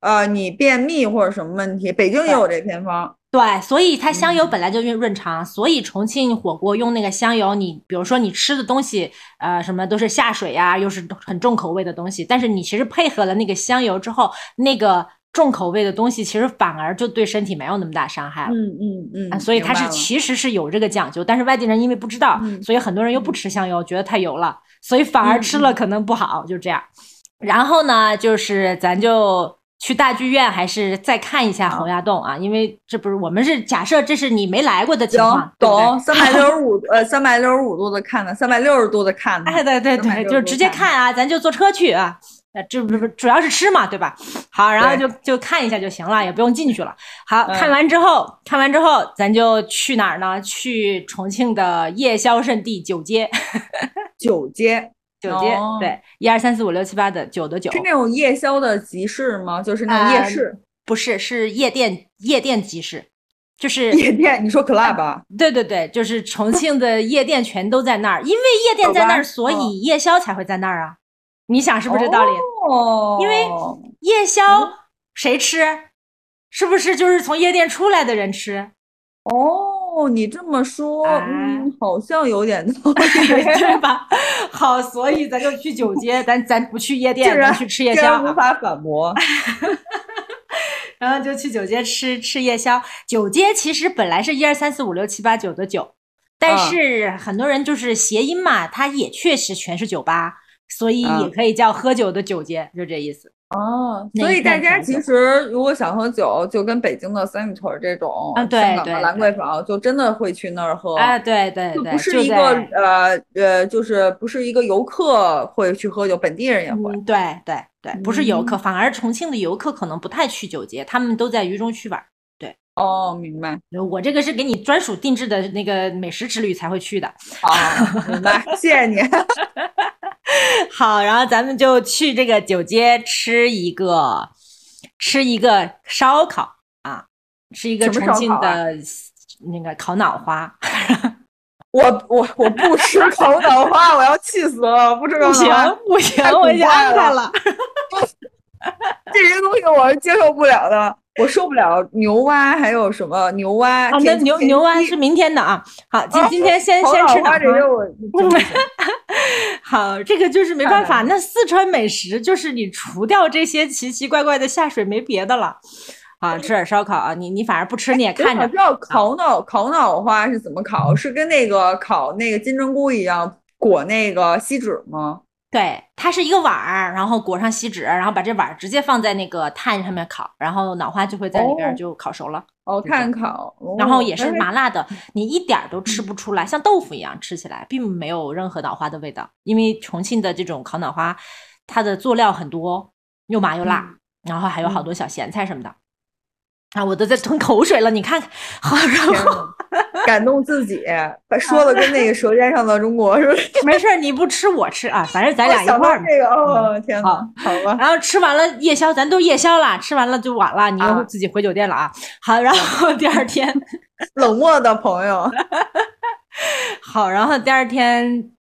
S1: 呃你便秘或者什么问题，北京也有这偏方。
S2: 对，所以它香油
S1: 嗯
S2: 本来就润润肠，所以重庆火锅用那个香油，你比如说你吃的东西，呃，什么都是下水呀、又是很重口味的东西，但是你其实配合了那个香油之后，那个重口味的东西其实反而就对身体没有那么大伤害了。
S1: 嗯嗯嗯
S2: 啊，所以它是
S1: 明白了
S2: 其实是有这个讲究，但是外地人因为不知道，
S1: 嗯
S2: 所以很多人又不吃香油，觉得太油了，所以反而
S1: 嗯
S2: 吃了可能不好，就这样。然后呢，就是咱就去大剧院，还是再看一下洪崖洞啊，因为这不是我们是假设这是你没来过的情况
S1: 行，，
S2: 对不对
S1: 懂，三百六十 五呃三百六十五度的看的，三百六十度的看的，
S2: 哎，对对
S1: 能买
S2: 对，
S1: 这
S2: 就
S1: 个
S2: 直
S1: 多
S2: 接
S1: 看
S2: 看啊，咱就坐车去啊。呃，这不不主要是吃嘛，对吧？好，然后就
S1: 对
S2: 就看一下就行了，也不用进去了。好
S1: 嗯
S2: 看完之后，看完之后，咱就去哪儿呢？去重庆的夜宵圣地九街，
S1: 九街
S2: 九街、
S1: 哦
S2: 对，一二三四五六七八的九的九
S1: 是，那种夜宵的集市吗？就是那种夜
S2: 呃
S1: 市、
S2: 不是是夜店夜店集市，就是
S1: 夜店，你说 club 啊？
S2: 对对对，就是重庆的夜店全都在那儿，因为夜店
S1: 好
S2: 在那儿，
S1: 吧
S2: 所
S1: 嗯
S2: 以夜宵才会在那儿啊。你想是不是这道理？
S1: 哦，
S2: 因为夜
S1: 嗯
S2: 宵谁吃？是不是就是从夜店出来的人吃？
S1: 哦，你这么说，
S2: 哎
S1: 嗯，好像有点 道理。
S2: 对吧？好，所以咱就去酒街，咱咱不去夜店，
S1: 竟然
S2: 咱去吃夜
S1: 竟
S2: 宵
S1: 然无
S2: 啊。
S1: 法反驳。
S2: 然后就去酒街吃吃夜宵。酒街其实本来是一二三四五六七八九的九，但
S1: 嗯
S2: 是很多人就是谐音嘛，它也确实全是酒吧，所以也
S1: 嗯
S2: 可以叫喝酒的酒街，就这意思。
S1: 哦，
S2: 那
S1: 所
S2: 一
S1: 以大
S2: 片
S1: 家
S2: 全
S1: 其
S2: 酒
S1: 实如果想喝酒，就跟北京的三里屯儿这种，
S2: 啊对
S1: 香港的
S2: 对
S1: 兰
S2: 对
S1: 桂坊，就真的会去那儿喝，
S2: 啊，对对
S1: 哦就
S2: 对，
S1: 不是一个
S2: 在
S1: 呃呃，就是不是一个游客会去喝酒，本地人也会。
S2: 嗯，对对对，不是游客，
S1: 嗯
S2: 反而重庆的游客可能不太去九街，他们都在渝中区玩儿。
S1: 哦，明 白，
S2: 我这个是给你专属定制的那个美食之旅才会去的。
S1: 好，啊明白，谢谢你。
S2: 好，然后咱们就去这个九街吃一个吃一个烧烤啊，吃一个
S1: 什么
S2: 重
S1: 烧
S2: 庆
S1: 烤啊
S2: 的那个烤脑花。
S1: 我我我不吃 烤脑花，我要气死了，我不吃烤
S2: 不
S1: 脑
S2: 行
S1: 花。
S2: 不行
S1: 太，
S2: 我
S1: 古
S2: 已经
S1: 怪
S2: 安排
S1: 了啊
S2: 了。
S1: 这些东西我是接受不了的，我受不了牛蛙，还有什么牛蛙？
S2: 啊，那
S1: 天
S2: 牛
S1: 天
S2: 牛蛙是明天的啊。好，今
S1: 啊
S2: 今天先
S1: 头
S2: 先
S1: 脑
S2: 吃
S1: 花
S2: 脑花。
S1: 这些我真不行
S2: 好，这个就是没办法。
S1: 看
S2: 那四川美食就是你除掉这些奇奇怪怪的下水，没别的了。啊，吃点烧烤啊，你你反而不吃你也看
S1: 我想
S2: 着
S1: 知道烤脑烤脑花是怎么烤？是跟那个烤那个金针菇一样裹那个锡纸吗？
S2: 对，它是一个碗儿，然后裹上锡纸，然后把这碗儿直接放在那个炭上面烤，然后脑花就会在里边儿
S1: 哦
S2: 就烤熟了，
S1: 哦，
S2: 对对
S1: 炭烤，
S2: 然后
S1: 哦
S2: 也是
S1: 哎
S2: 麻辣的，你一点儿都
S1: 嗯
S2: 吃不出来，像豆腐一样吃起来，并没有任何脑花的味道，因为重庆的这种烤脑花，它的佐料很多，又麻又辣，然后还有好
S1: 嗯
S2: 多小咸菜什么的。啊，我都在吞口水了，你看看， 好，然后
S1: 感动自己，说的跟那个《舌尖上的中国》似的。
S2: 没事儿，你不吃我吃啊，反正咱俩一
S1: 想
S2: 块
S1: 到
S2: 儿嗯嘛。
S1: 这个，哦，天哪，好 吧，
S2: 然后吃完了夜宵，咱都夜宵啦，吃完了就晚了，你
S1: 啊
S2: 又自己回酒店了啊。好，然后第二天，
S1: 冷漠的朋友，
S2: 好，然后第二天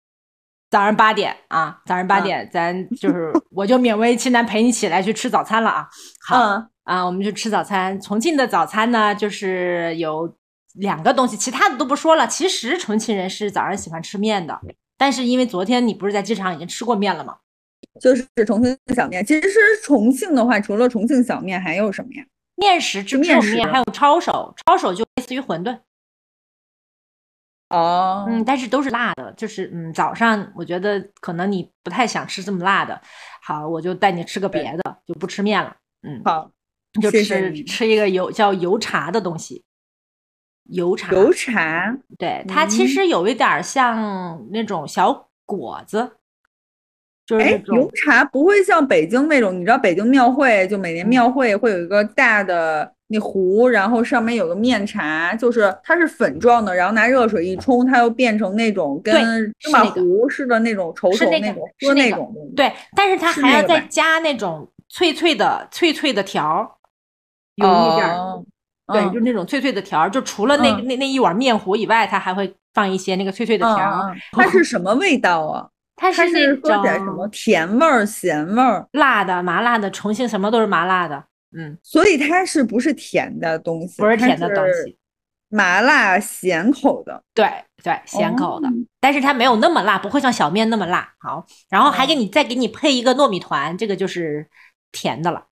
S2: 早上八点啊，早上八点，咱就是我就勉为其难陪你起来去吃早餐了啊。 好，
S1: 嗯
S2: 啊，我们去吃早餐。重庆的早餐呢，就是有两个东西，其他的都不说了。其实重庆人是早上喜欢吃面的，但是因为昨天你不是在机场已经吃过面了吗？
S1: 就是重庆小面。其实重庆的话，除了重庆小面，还有什么呀？
S2: 面食只只
S1: 面
S2: 有
S1: 食
S2: 面，还有抄手，抄手就类似于馄饨，
S1: 哦，
S2: 嗯，但是都是辣的，就是嗯，早上我觉得可能你不太想吃这么辣的，好，我就带你吃个别的，就不吃面了，嗯，
S1: 好，
S2: 就吃
S1: 谢谢你
S2: 吃一个油叫油茶的东西，油茶，
S1: 油茶，
S2: 对，它其
S1: 嗯
S2: 实有一点儿像那种小果子，就是那
S1: 哎，
S2: 种
S1: 油茶不会像北京那种，你知道北京庙会就每
S2: 嗯
S1: 年庙会会有一个大的那壶，然后上面有个面茶，就是它是粉状的，然后拿热水一冲，它又变成那种跟芝麻
S2: 是那个
S1: 糊似的那种稠
S2: 是
S1: 稠
S2: 那个
S1: 种，
S2: 是
S1: 喝
S2: 那
S1: 那
S2: 个
S1: 种东西。
S2: 对，但是它
S1: 是
S2: 还
S1: 那
S2: 要
S1: 个
S2: 再
S1: 吧
S2: 加那种脆脆的脆脆的条儿，有一点儿。
S1: 哦
S2: 对，
S1: 嗯
S2: 就是那种脆脆的条儿，就除了那、
S1: 嗯
S2: 那那一碗面糊以外，它还会放一些那个脆脆的条儿。啊
S1: 嗯嗯它是什么味道啊？
S2: 它
S1: 它
S2: 是那
S1: 是喝起来什么
S2: 种
S1: 甜味儿、咸味儿？
S2: 辣的、麻辣的，重庆什么都是麻辣的，嗯，
S1: 所以它是不是甜的东西？
S2: 不是
S1: 它
S2: 甜的东
S1: 是
S2: 西，
S1: 麻辣咸口的，
S2: 对对，咸口的，
S1: 哦
S2: 但是它没有那么辣，不会像小面那么辣。好，然后
S1: 哦
S2: 还给你、再给你配一个糯米团，这个就是甜的了。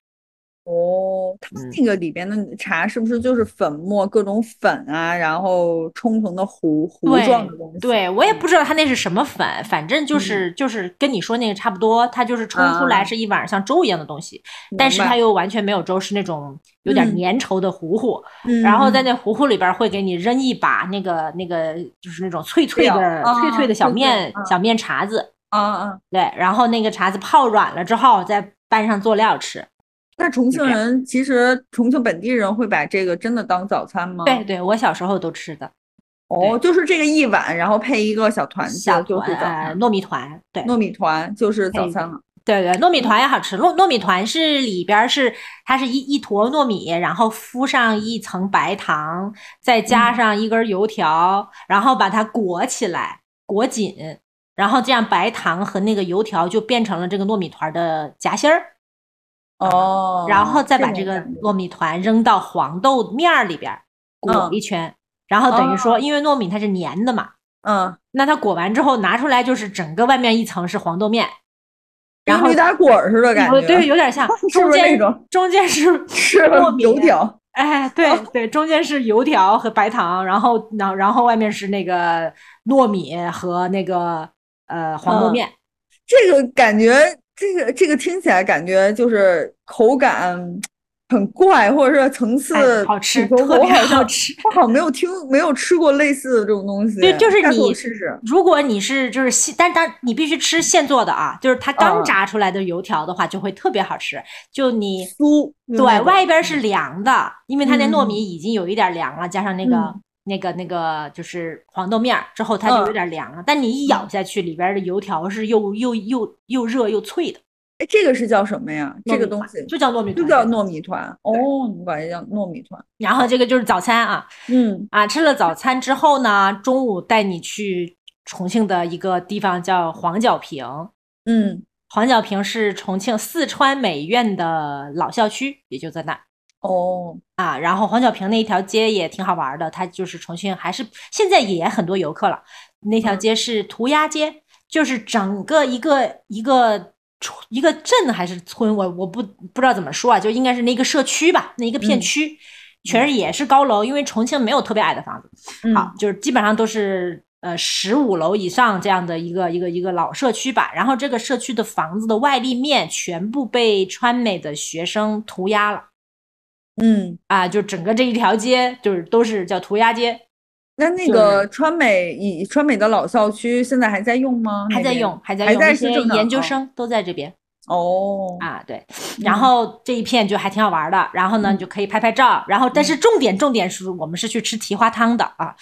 S1: 哦，它
S2: 嗯
S1: 那个里边的茶是不是就是粉末各种粉啊，然后冲成的糊糊
S2: 对
S1: 状的东嗯西？
S2: 对我也不知道它那是什么粉，反正就是、就是跟你说那个差不多，它就是冲出来
S1: 啊
S2: 是一碗像粥一样的东西，
S1: 明白，
S2: 但是它又完全没有粥，是那种有点
S1: 嗯
S2: 粘稠的糊糊，
S1: 嗯
S2: 然后在那糊糊里边儿会给你扔一把那个那个就是那种脆脆
S1: 料
S2: 的、
S1: 啊
S2: 脆脆的小
S1: 脆脆
S2: 面、
S1: 啊
S2: 小面碴子，
S1: 啊啊，
S2: 对，然后那个碴子泡软了之后再拌上佐料吃。
S1: 那重
S2: 就
S1: 庆
S2: 这样
S1: 人其实重庆本地人会把这个真的当早餐吗？
S2: 对，对，我小时候都吃的
S1: 哦，就是这个一碗，然后配一个小团子
S2: 小
S1: 就
S2: 团
S1: 是早
S2: 呃
S1: 餐，
S2: 糯米团，对
S1: 糯米嗯团就是早
S2: 配
S1: 餐了。
S2: 对对，糯米团也好吃。糯糯米团是里边儿是它是一一坨糯米，然后敷上一层白糖，再加
S1: 嗯
S2: 上一根油条，然后把它裹起来，裹紧，然后这样白糖和那个油条就变成了这个糯米团的夹心儿，
S1: 哦，
S2: 嗯然后再把
S1: 这
S2: 这
S1: 种
S2: 个
S1: 感觉
S2: 糯米团扔到黄豆面儿里边儿裹
S1: 嗯哦
S2: 一圈，然后等于说，因为糯米它是粘的嘛，
S1: 嗯，
S2: 那它裹完之后拿出来，就是整个外面一层是黄豆面，然
S1: 跟
S2: 后
S1: 驴打滚儿似的感
S2: 有
S1: 觉，
S2: 对，有点像
S1: 是
S2: 中
S1: 不是那
S2: 间
S1: 种
S2: 中间是
S1: 吃
S2: 糯
S1: 了
S2: 米
S1: 油，条，
S2: 哎，对
S1: 哦
S2: 对，中间是油条和白糖，然后然然后外面是那个糯米和那个呃黄豆
S1: 嗯
S2: 面，
S1: 这个感觉，这个这个听起来感觉就是口感很怪，或者是层次
S2: 哎，好吃，
S1: 挺丰富
S2: 特
S1: 我
S2: 别
S1: 好
S2: 好
S1: 像
S2: 吃。
S1: 我好像没有听没有吃过类似的这种东西，
S2: 对就是
S1: 下次我
S2: 你
S1: 试试。
S2: 如果你是就是现，但但你必须吃现做的啊，就是它刚
S1: 嗯
S2: 炸出来的油条的话，就会特别好吃。就你
S1: 酥
S2: 对，外边是凉的，因为它那
S1: 嗯
S2: 糯米已经有一点凉了，加上那个、
S1: 嗯
S2: 那个那个就是黄豆面儿之后，它就有点凉了。但你一咬下去，里边的油条是又又又又热又脆的。
S1: 哎，这个是叫什么呀？
S2: 糯
S1: 这个
S2: 米
S1: 东
S2: 团
S1: 西
S2: 就叫糯米
S1: 就
S2: 团
S1: 叫
S2: 对
S1: 糯米团哦，你们管这叫糯米团，
S2: 然后这个就是早餐啊
S1: 嗯
S2: 啊，吃了早餐之后呢，中午带你去重庆的一个地方叫黄角坪。
S1: 嗯，
S2: 黄角坪是重庆四川美院的老校区，也就在那儿。
S1: 哦，
S2: 啊，然后黄角坪那一条街也挺好玩儿的，它就是重庆还是现在也很多游客了。那条
S1: 嗯
S2: 街是涂鸦街，就是整个一个一个村一个镇还是村，我我不不知道怎么说啊，就应该是那个社区吧，那一个片
S1: 嗯
S2: 区，全是也是高楼，因为重庆没有特别矮的房子，
S1: 嗯
S2: 好，就是基本上都是呃十五楼以上这样的一个一个一个老社区吧。然后这个社区的房子的外立面全部被川美的学生涂鸦了。
S1: 嗯，
S2: 啊，就整个这一条街就是都是叫涂鸦街，
S1: 那那
S2: 就是
S1: 个川美以川美的老校区现在还在用吗？
S2: 还
S1: 那
S2: 在
S1: 边
S2: 用，还在
S1: 还
S2: 用，
S1: 在
S2: 那
S1: 是
S2: 些
S1: 正常
S2: 研究
S1: 哦
S2: 生都在这边。
S1: 哦，
S2: 啊，对，然 后这一片就还挺好玩的，然后
S1: 嗯
S2: 呢，你就可以拍拍照，然后但是重点重点是我们是去吃蹄花汤的啊，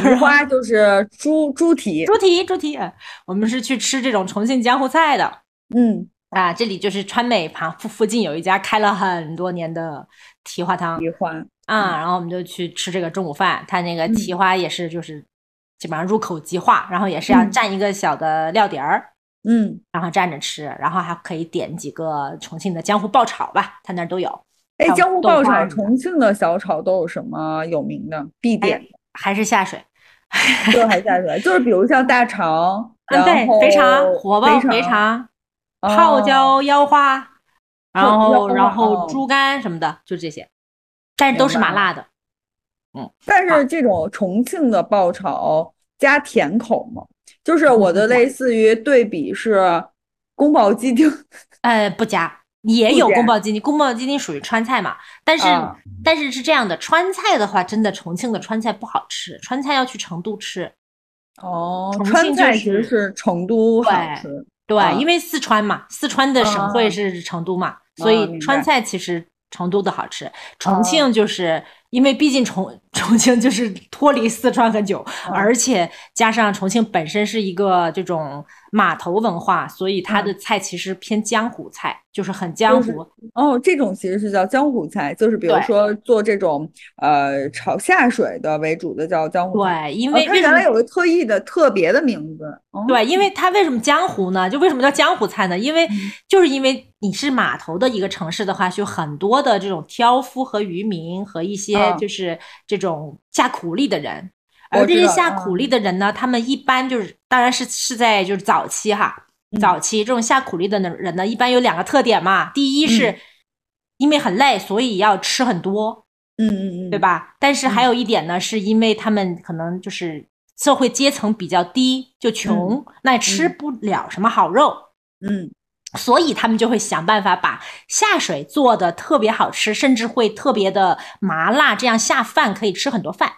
S1: 蹄花就是猪猪蹄，
S2: 猪蹄猪蹄，啊我们是去吃这种重庆江湖菜的
S1: 嗯，
S2: 啊，这里就是川美旁附附近有一家开了很多年的蹄花汤
S1: 蹄花，嗯
S2: 啊，然后我们就去吃这个中午饭，它那个蹄花也是就是基本上入口即化，然后也是要
S1: 嗯
S2: 蘸一个小的料碟儿，
S1: 嗯，
S2: 然后蘸着吃，然后还可以点几个重庆的江湖爆炒吧，他那儿都有，
S1: 哎，
S2: 还有
S1: 江湖
S2: 豆
S1: 爆炒，
S2: 花什么的哎
S1: 重庆的小炒都有什么有名的必点？
S2: 还是下水。
S1: 这还下出来，就是比如像大肠，
S2: 嗯，
S1: 然
S2: 对，
S1: 后
S2: 肥肠、火爆
S1: 肥
S2: 肥
S1: 肠，哦啊
S2: 肠、泡椒腰花，然
S1: 泡椒
S2: 后
S1: 花
S2: 然后
S1: 哦
S2: 猪肝什么的，就这些，但是都是
S1: 明白
S2: 麻辣的。
S1: 但是这种重庆的爆炒加甜口嘛，就是我的类似于对比是宫保鸡丁，
S2: 呃，不加，也
S1: 不
S2: 有
S1: 加
S2: 宫保鸡丁，宫保鸡丁属于川菜嘛，但是
S1: 啊
S2: 但是是这样的，川菜的话，真的重庆的川菜不好吃，川菜要去成都吃。
S1: 哦，
S2: 重
S1: 川
S2: 庆就
S1: 菜其实
S2: 是
S1: 是成都好
S2: 对
S1: 吃，
S2: 对，
S1: 啊
S2: 因为四川嘛，四川的省会
S1: 啊
S2: 是成都嘛，
S1: 啊
S2: 所
S1: 明
S2: 以川
S1: 白嗯
S2: 菜其实成都的好吃。重庆就是、因为毕竟重 重庆就是脱离四川很久，
S1: 嗯
S2: 而且加上重庆本身是一个这种码头文化，所以它的菜其实偏江湖菜，就是很江
S1: 嗯就是
S2: 湖。
S1: 哦，这种其实是叫江湖菜，就是比如
S2: 对
S1: 说做这种呃炒下水的为主的叫江湖菜。
S2: 对，因
S1: 哦
S2: 为
S1: 它
S2: 为什
S1: 原
S2: 么
S1: 来有个特意的特别的名字，哦，
S2: 对，因为它为什么江湖呢？就为什么叫江湖菜呢？因为
S1: 嗯
S2: 就是因为你是码头的一个城市的话，就很多的这种挑夫和渔民和一些
S1: 嗯
S2: 就是这种下苦力的人，
S1: 我
S2: 而这
S1: 知
S2: 些
S1: 道嗯
S2: 下苦力的人呢，他们一般就是当然是是在就是早期哈，
S1: 嗯
S2: 早期这种下苦力的人呢，一般有两个特点嘛，第一是
S1: 嗯
S2: 因为很累，所以要吃很多，
S1: 嗯嗯嗯，
S2: 对？吧？但是还
S1: 嗯
S2: 有一点呢，是因为他们可能就是社会阶层比较低，就穷，那吃
S1: 嗯
S2: 不了什么好肉，
S1: 嗯，
S2: 所以他们就会想办法把下水做的特别好吃，甚至会特别的麻辣，这样下饭可以吃很多饭，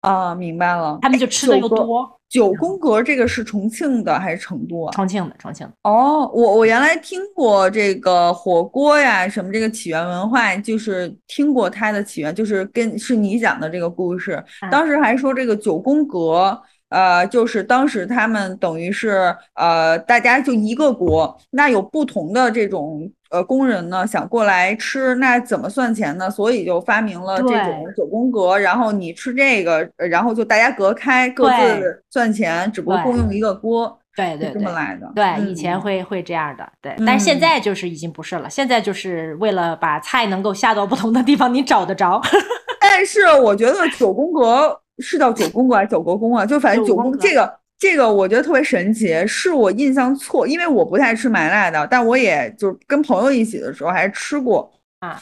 S1: 啊，明白了。
S2: 他们就吃的又
S1: 九宫
S2: 多。
S1: 九宫格这个是重庆的还是成都啊？
S2: 重庆的，重庆的，
S1: 哦，我我原来听过这个火锅呀，什么这个起源文化，就是听过它的起源，就是跟是你讲的这个故事。
S2: 啊
S1: 当时还说这个九宫格，呃，就是当时他们等于是呃，大家就一个国，那有不同的这种呃工人呢，想过来吃，那怎么算钱呢？所以就发明了这种
S2: 对
S1: 九宫格，然后你吃这个，呃然后就大家隔开，各
S2: 对
S1: 自算钱，只不过
S2: 对
S1: 共用一个锅，
S2: 对
S1: 是
S2: 对
S1: 这
S2: 对
S1: 么。来的。
S2: 对，
S1: 嗯
S2: 以前会会这样的，对，但是现
S1: 嗯
S2: 在就是已经不是了，现在就是为了把菜能够下到不同的地方，你找得着。
S1: 但是我觉得九宫格是叫九宫格还是九格宫啊？就反正
S2: 九
S1: 九
S2: 宫
S1: 宫
S2: 格
S1: 这个这个，我觉得特别神奇，是我印象错，因为我不太吃麻辣的，但我也就是跟朋友一起的时候还吃过
S2: 啊。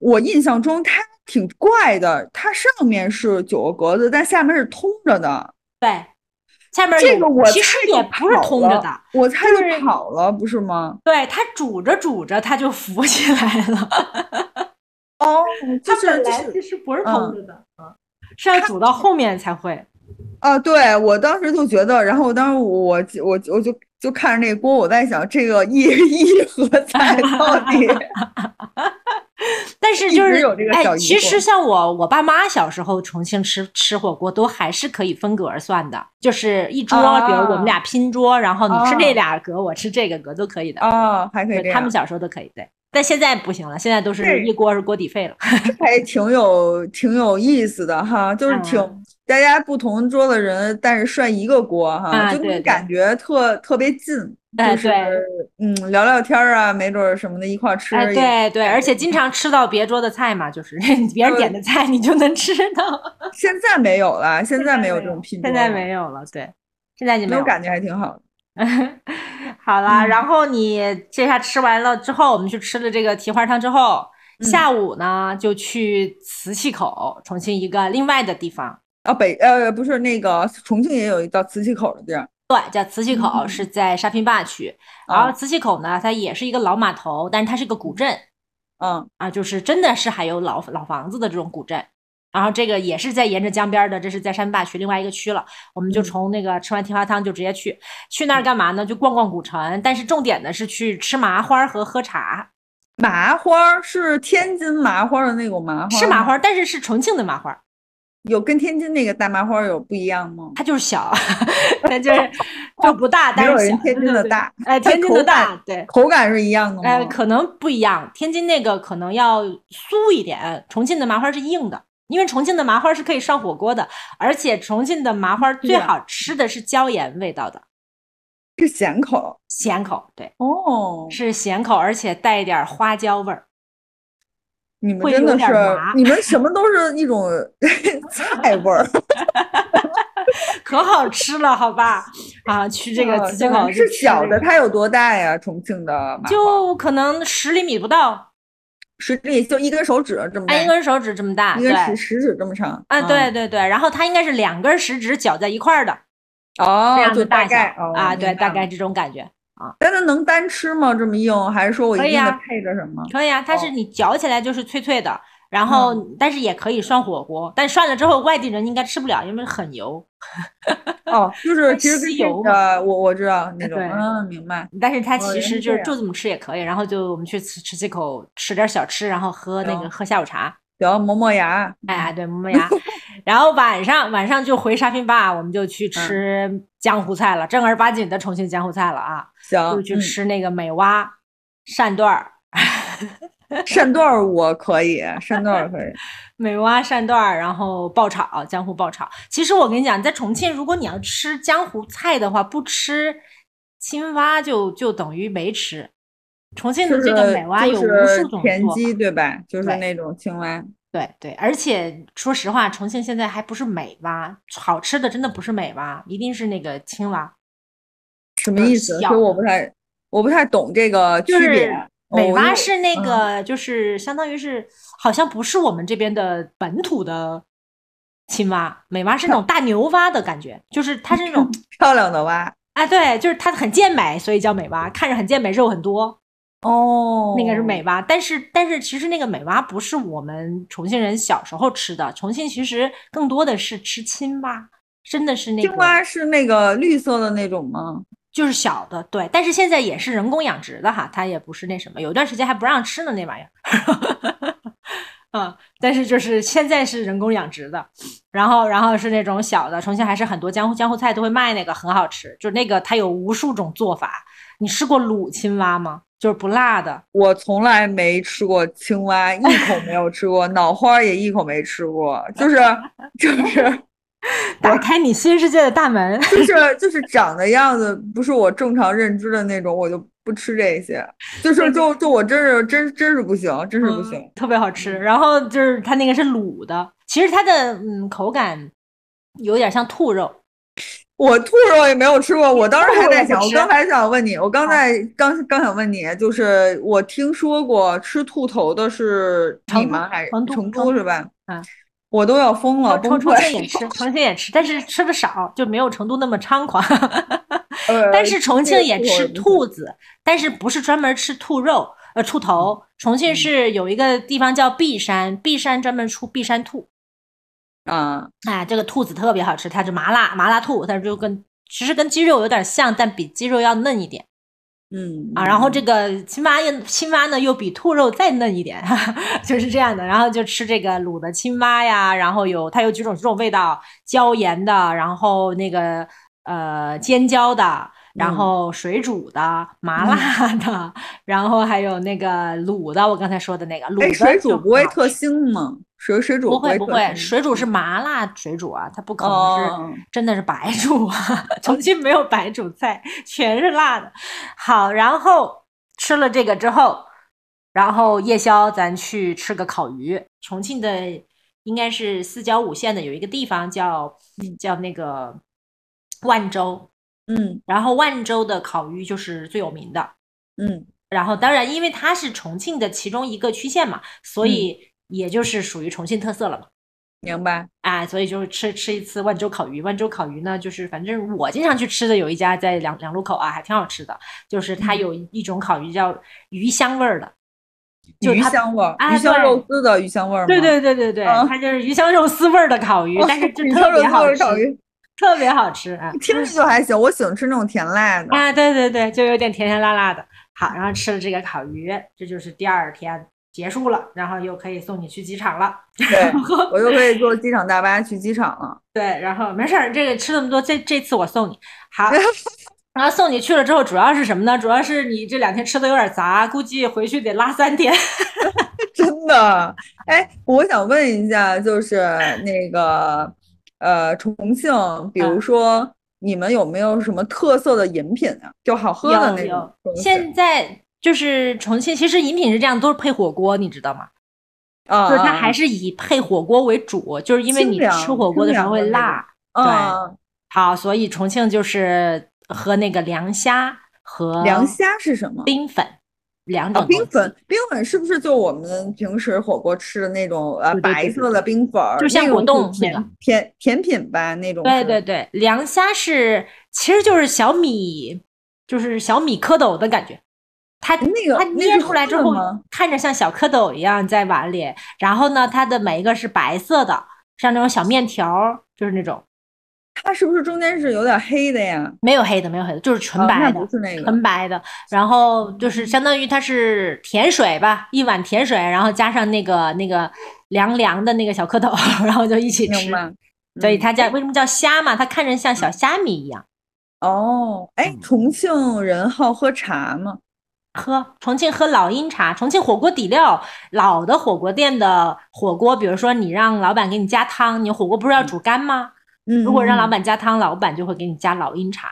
S1: 我印象中它挺怪的，它上面是九个格子，但下面是通着的。
S2: 对，下面
S1: 这
S2: 有
S1: 个我
S2: 其实
S1: 猜就
S2: 也不是
S1: 跑
S2: 通着
S1: 了
S2: 的，，
S1: 我猜
S2: 就
S1: 就是跑了，不是吗？
S2: 对，它煮着煮着它就浮起来了，
S1: 哦， 就
S2: 它
S1: 是
S2: 本
S1: 就
S2: 来
S1: 是
S2: 其实不是
S1: 嗯
S2: 通着的啊，是要煮到后面才会。
S1: 啊，对，我当时就觉得，然后我当时我我我就就看着那锅，我在想这个 一一盒菜到底
S2: 但是
S1: 一
S2: 就
S1: 直
S2: 是
S1: 有这个小
S2: 哎，
S1: 疑
S2: 其实
S1: 惑
S2: 像我我爸妈小时候重庆吃吃火锅都还是可以分隔而算的，就是一桌，比如我们
S1: 啊
S2: 俩拼桌，然后你吃
S1: 啊
S2: 那俩格，我吃这个格都可以的。
S1: 啊，还可以
S2: 对
S1: 这
S2: 他们
S1: 样，
S2: 小时候都可以，对，但现在不行了，现在都是
S1: 对
S2: 一锅是锅底费了。
S1: 还挺有挺有意思的哈，就是挺
S2: 嗯
S1: 大家不同桌的人，但是涮一个锅哈，
S2: 啊
S1: 就那
S2: 对
S1: 种感觉特特别近，就
S2: 哎
S1: 是
S2: 对
S1: 嗯聊聊天儿啊，没准儿什么的一块儿吃
S2: 哎，
S1: 也
S2: 对对，而且经常吃到别桌的菜嘛，就是 别人点的菜你就能吃到。
S1: 现在没有了，现在没有这种拼
S2: 现
S1: 桌
S2: 在
S1: 了
S2: 没有了，对，现在就没
S1: 那种
S2: 有了。
S1: 感觉还挺好的。
S2: 好啦，
S1: 嗯
S2: 然后你这下吃完了之后，我们去吃了这个蹄花汤之后，
S1: 嗯
S2: 下午呢就去磁器口，重庆一个另外的地方，
S1: 啊，北呃不是那个重庆也有一叫磁器口的地儿
S2: 对，叫磁器口，
S1: 嗯
S2: 是在沙坪坝区。然后
S1: 啊，
S2: 磁器口呢，它也是一个老码啊头，但是它是个古镇
S1: 嗯
S2: 啊，就是真的是还有老老房子的这种古镇。然后这个也是在沿着江边的，这是在山坝区另外一个区了。我们
S1: 嗯
S2: 就从那个吃完蹄花汤就直接去，去那儿干嘛呢？就逛逛古城，但是重点呢是去吃麻花和喝茶。
S1: 麻花是天津麻花的那种麻花，
S2: 是麻，花，但是是重庆的麻花，
S1: 有跟天津那个大麻花有不一样吗？
S2: 它就是小， 它就是 就不大，
S1: 没
S2: 但
S1: 有
S2: 是
S1: 人
S2: 小。
S1: 天津的大，
S2: 哎，天津的大，对。
S1: 口感是一样的
S2: 呃，
S1: 吗？
S2: 可能不一样，天津那个可能要酥一点，重庆的麻花是硬的，因为重庆的麻花是可以上火锅的，而且重庆的麻花最
S1: 对啊
S2: 好吃的是椒盐味道的
S1: 是咸口
S2: 咸口，对，
S1: 哦。
S2: 是咸口，而且带一点花椒味儿。
S1: 你们
S2: 会
S1: 真
S2: 有
S1: 的
S2: 点
S1: 是
S2: 麻，
S1: 你们什么都是一种 菜味 儿。
S2: 可好吃了，好吧？啊，去这个
S1: 啊
S2: 磁器
S1: 真
S2: 口
S1: 的
S2: 就是吃
S1: 小
S2: 这
S1: 的，
S2: 个
S1: 它有多大呀？重庆的麻花
S2: 就可能十厘米不到，
S1: 十厘，就一根手指这么大，
S2: 按一根手指这么大，
S1: 一根食
S2: 对。
S1: 食指这嗯么长。
S2: 啊，对对对，然后它应该是两根食指绞在一块儿的这
S1: 哦，
S2: 样
S1: 就
S2: 的
S1: 大
S2: 大小
S1: 概哦
S2: 啊，对，
S1: 明白
S2: 大
S1: 了
S2: 概这种感觉。
S1: 但它能单吃吗？这么硬，还是说我
S2: 可
S1: 一
S2: 以
S1: 定得
S2: 啊
S1: 配着什么？
S2: 可以啊，
S1: 哦
S2: 它是你嚼起来就是脆脆的，然后、
S1: 嗯
S2: 但是也可以涮火锅，但涮了之后外地人应该吃不了，因为很油。
S1: 哦，就是其实
S2: 吸
S1: 跟
S2: 油哎
S1: 这个，我我知道那种，
S2: 对
S1: 嗯，明白。
S2: 但是它
S1: 哦
S2: 其
S1: 原来
S2: 实
S1: 是
S2: 就是
S1: 这
S2: 就这么吃也可以，然后就我们去吃吃几口，吃点小吃，然后喝那个
S1: 行
S2: 喝下午茶。
S1: 行，磨磨牙。
S2: 哎呀，对，磨磨牙。然后晚上晚上就回沙坪坝，我们就
S1: 嗯
S2: 去吃江湖菜了，正儿八经的重庆江湖菜了啊，
S1: 行，
S2: 就去
S1: 嗯
S2: 吃那个美蛙、鳝段儿、
S1: 嗯 扇段儿我可以，扇段儿可以。
S2: 美蛙扇段儿，然后爆炒江湖爆炒。其实我跟你讲，在重庆，如果你要吃江湖菜的话，不吃青蛙就就等于没吃。重庆
S1: 就
S2: 的
S1: 是
S2: 这个美蛙有
S1: 就
S2: 无
S1: 是
S2: 数种
S1: 田
S2: 做法，
S1: 鸡对吧？就是
S2: 对
S1: 那种青蛙。
S2: 对对，而且说实话，重庆现在还不是美蛙，好吃的真的不是美蛙，一定是那个青蛙。
S1: 什么意思？
S2: 小
S1: 所以我不太我不太懂这个区
S2: 就是
S1: 别。哦
S2: 美蛙
S1: 我
S2: 是那个，就是相当于是，好像不是我们这边的本土的青蛙，美蛙是那种大牛蛙的感觉，就是它是那种
S1: 漂亮的蛙
S2: 啊，对，就是它很健美，所以叫美蛙，看着很健美，肉很多，
S1: 哦，
S2: 那个是美蛙。但是，但是其实那个美蛙不是我们重庆人小时候吃的，重庆其实更多的是吃青蛙，真的是那
S1: 青
S2: 个
S1: 蛙是那个绿色的那种吗？
S2: 就是小的，对。但是现在也是人工养殖的哈，它也不是那什么，有段时间还不让吃呢那玩意儿。 嗯，但是就是现在是人工养殖的，然后然后是那种小的，重庆还是很多江湖江湖菜都会卖那个，很好吃。就那个它有无数种做法，你吃过卤青蛙吗？就是不辣的，
S1: 我从来没吃过青蛙，一口没有吃过，脑花儿也一口没吃过，就是 就是
S2: 打开你新世界的大门。
S1: 就是就是长的样子不是我正常认知的那种，我就不吃这些，就是就就我真是真真是不行，真是不行。
S2: 嗯特别好吃。然后就是它那个是卤的，其实它的嗯口感有点像兔肉，
S1: 我兔肉也没有吃过，我当时还在想，
S2: 兔肉也不
S1: 我刚
S2: 吃
S1: 才想问你，我刚才刚刚想问你，就是我听说过吃兔头的是
S2: 成
S1: 你
S2: 都
S1: 们还是
S2: 成都
S1: 成
S2: 成都
S1: 都是吧？
S2: 嗯，
S1: 我都要疯了，
S2: 重
S1: 哦崩
S2: 重庆
S1: 溃。
S2: 也吃，重庆也吃，但是吃的少，就没有成都那么猖狂。
S1: 呃
S2: 但是重庆也
S1: 这
S2: 吃
S1: 个
S2: 兔子，但是不是专门吃兔肉，呃，兔头。重
S1: 嗯
S2: 庆是有一个地方叫璧山，璧山专门出璧山兔，
S1: 啊，
S2: 哎，这个兔子特别好吃，它是麻辣麻辣兔，它就跟其实跟鸡肉有点像，但比鸡肉要嫩一点。
S1: 嗯
S2: 啊，然后这个青蛙又青蛙呢又比兔肉再嫩一点， 就是这样的。然后就吃这个卤的青蛙呀，然后有它有几种这种味道，椒盐的，然后那个呃尖椒的，然
S1: 嗯
S2: 后水煮的、麻辣的，然后还有那个卤的，我刚才说的那个卤的
S1: 哎，水
S2: 就。
S1: 煮不会特腥吗？水水煮
S2: 不会不
S1: 特
S2: 会，
S1: 腥
S2: 水煮是麻辣水煮啊，它不可能是、
S1: 哦，
S2: 真的是白煮啊， 重庆没有白煮菜，全是辣的。好，然后吃了这个之后，然后夜宵咱去吃个烤鱼。重庆的应该是四郊五县的有一个地方叫叫那个万州，
S1: 嗯
S2: 然后万州的烤鱼就是最有名的。
S1: 嗯，
S2: 然后当然，因为它是重庆的其中一个区县嘛，所以也就是属于重庆特色了嘛。
S1: 明白。
S2: 啊，所以就是吃吃一次万州烤鱼。万州烤鱼呢，就是反正我经常去吃的有一家在两两路口啊，还挺好吃的。就是它
S1: 嗯
S2: 有一种烤鱼叫鱼香味儿的，就
S1: 鱼
S2: 它
S1: 香味儿，
S2: 啊
S1: 鱼香
S2: 对
S1: 肉丝的鱼香味儿吗？
S2: 对对对对对，
S1: 嗯
S2: 它就是鱼香肉丝味儿的烤鱼，
S1: 哦，
S2: 但是这
S1: 鱼香
S2: 特
S1: 肉
S2: 别
S1: 丝
S2: 好
S1: 味儿
S2: 吃，
S1: 烤鱼，
S2: 特别好吃 啊！
S1: 听着就还行。我喜欢吃那种甜 辣的。
S2: 啊，对对对，就有点甜甜辣辣的。好，然后吃了这个烤鱼，这就是第二天结束了，然后又可以送你去机场了。
S1: 对，我就可以坐机场大巴去机场了。
S2: 对，然后没事儿，这个吃那么多，这这次我送你。 好，然后送你去了之后，主要是什么呢？主要是你这两天吃的有点杂，估计回去得拉三天。
S1: 真的，哎，我想问一下， 就是那个，呃，重庆，比如
S2: 嗯
S1: 说你们有没有什么特色的饮品啊？就好喝的那种
S2: 有有
S1: 东西。
S2: 现在就是重庆，其实饮品是这样，都是配火锅，你知道吗？
S1: 啊，
S2: 就是它还
S1: 是
S2: 是以配火锅为主，就是因为
S1: 清
S2: 你
S1: 凉
S2: 吃火锅
S1: 清
S2: 的时候
S1: 凉
S2: 会
S1: 的那
S2: 辣。
S1: 啊，
S2: 好，所以重庆就是喝那个凉虾哦和
S1: 凉虾是什么？
S2: 冰粉两
S1: 啊，
S2: 种
S1: 冰
S2: 东西
S1: 粉，冰粉是不是就我们平时火锅吃的那种呃
S2: 对对对
S1: 白
S2: 对
S1: 色的冰粉儿，
S2: 就像
S1: 那
S2: 果
S1: 种
S2: 冻
S1: 是
S2: 那
S1: 甜
S2: 个
S1: 甜甜品吧那种
S2: 对
S1: 是
S2: 对对，凉虾是其实就是小米，就是小米蝌蚪的感觉。它
S1: 哎那个
S2: 它
S1: 那
S2: 捏
S1: 是
S2: 出来之
S1: 喝的
S2: 后
S1: 吗，
S2: 看着像小蝌蚪一样在碗里。然后呢，它的每一个是白色的，像那种小面条儿，就是那种
S1: 它是不是中间是有点黑的呀？
S2: 没有黑的，没有黑的，就是
S1: 啊
S2: 纯白
S1: 那
S2: 的
S1: 不。是那个
S2: 纯白的，然后就是相当于它是甜水吧，一碗甜水，然后加上那个那个凉凉的那个小蝌蚪， 然后就一起吃
S1: 明。白。
S2: 所以
S1: 嗯
S2: 它叫为什么叫虾嘛？它看着像小虾米一样。
S1: 哦，哎，
S2: 嗯
S1: 重庆人好喝茶吗？
S2: 喝重庆喝老鹰茶，重庆火锅底料，老的火锅店的火锅，比如说你让老板给你加汤，你火锅不是要煮干吗？
S1: 嗯，
S2: 如果让老
S1: 嗯
S2: 板加汤，老板就会给你加老鹰茶，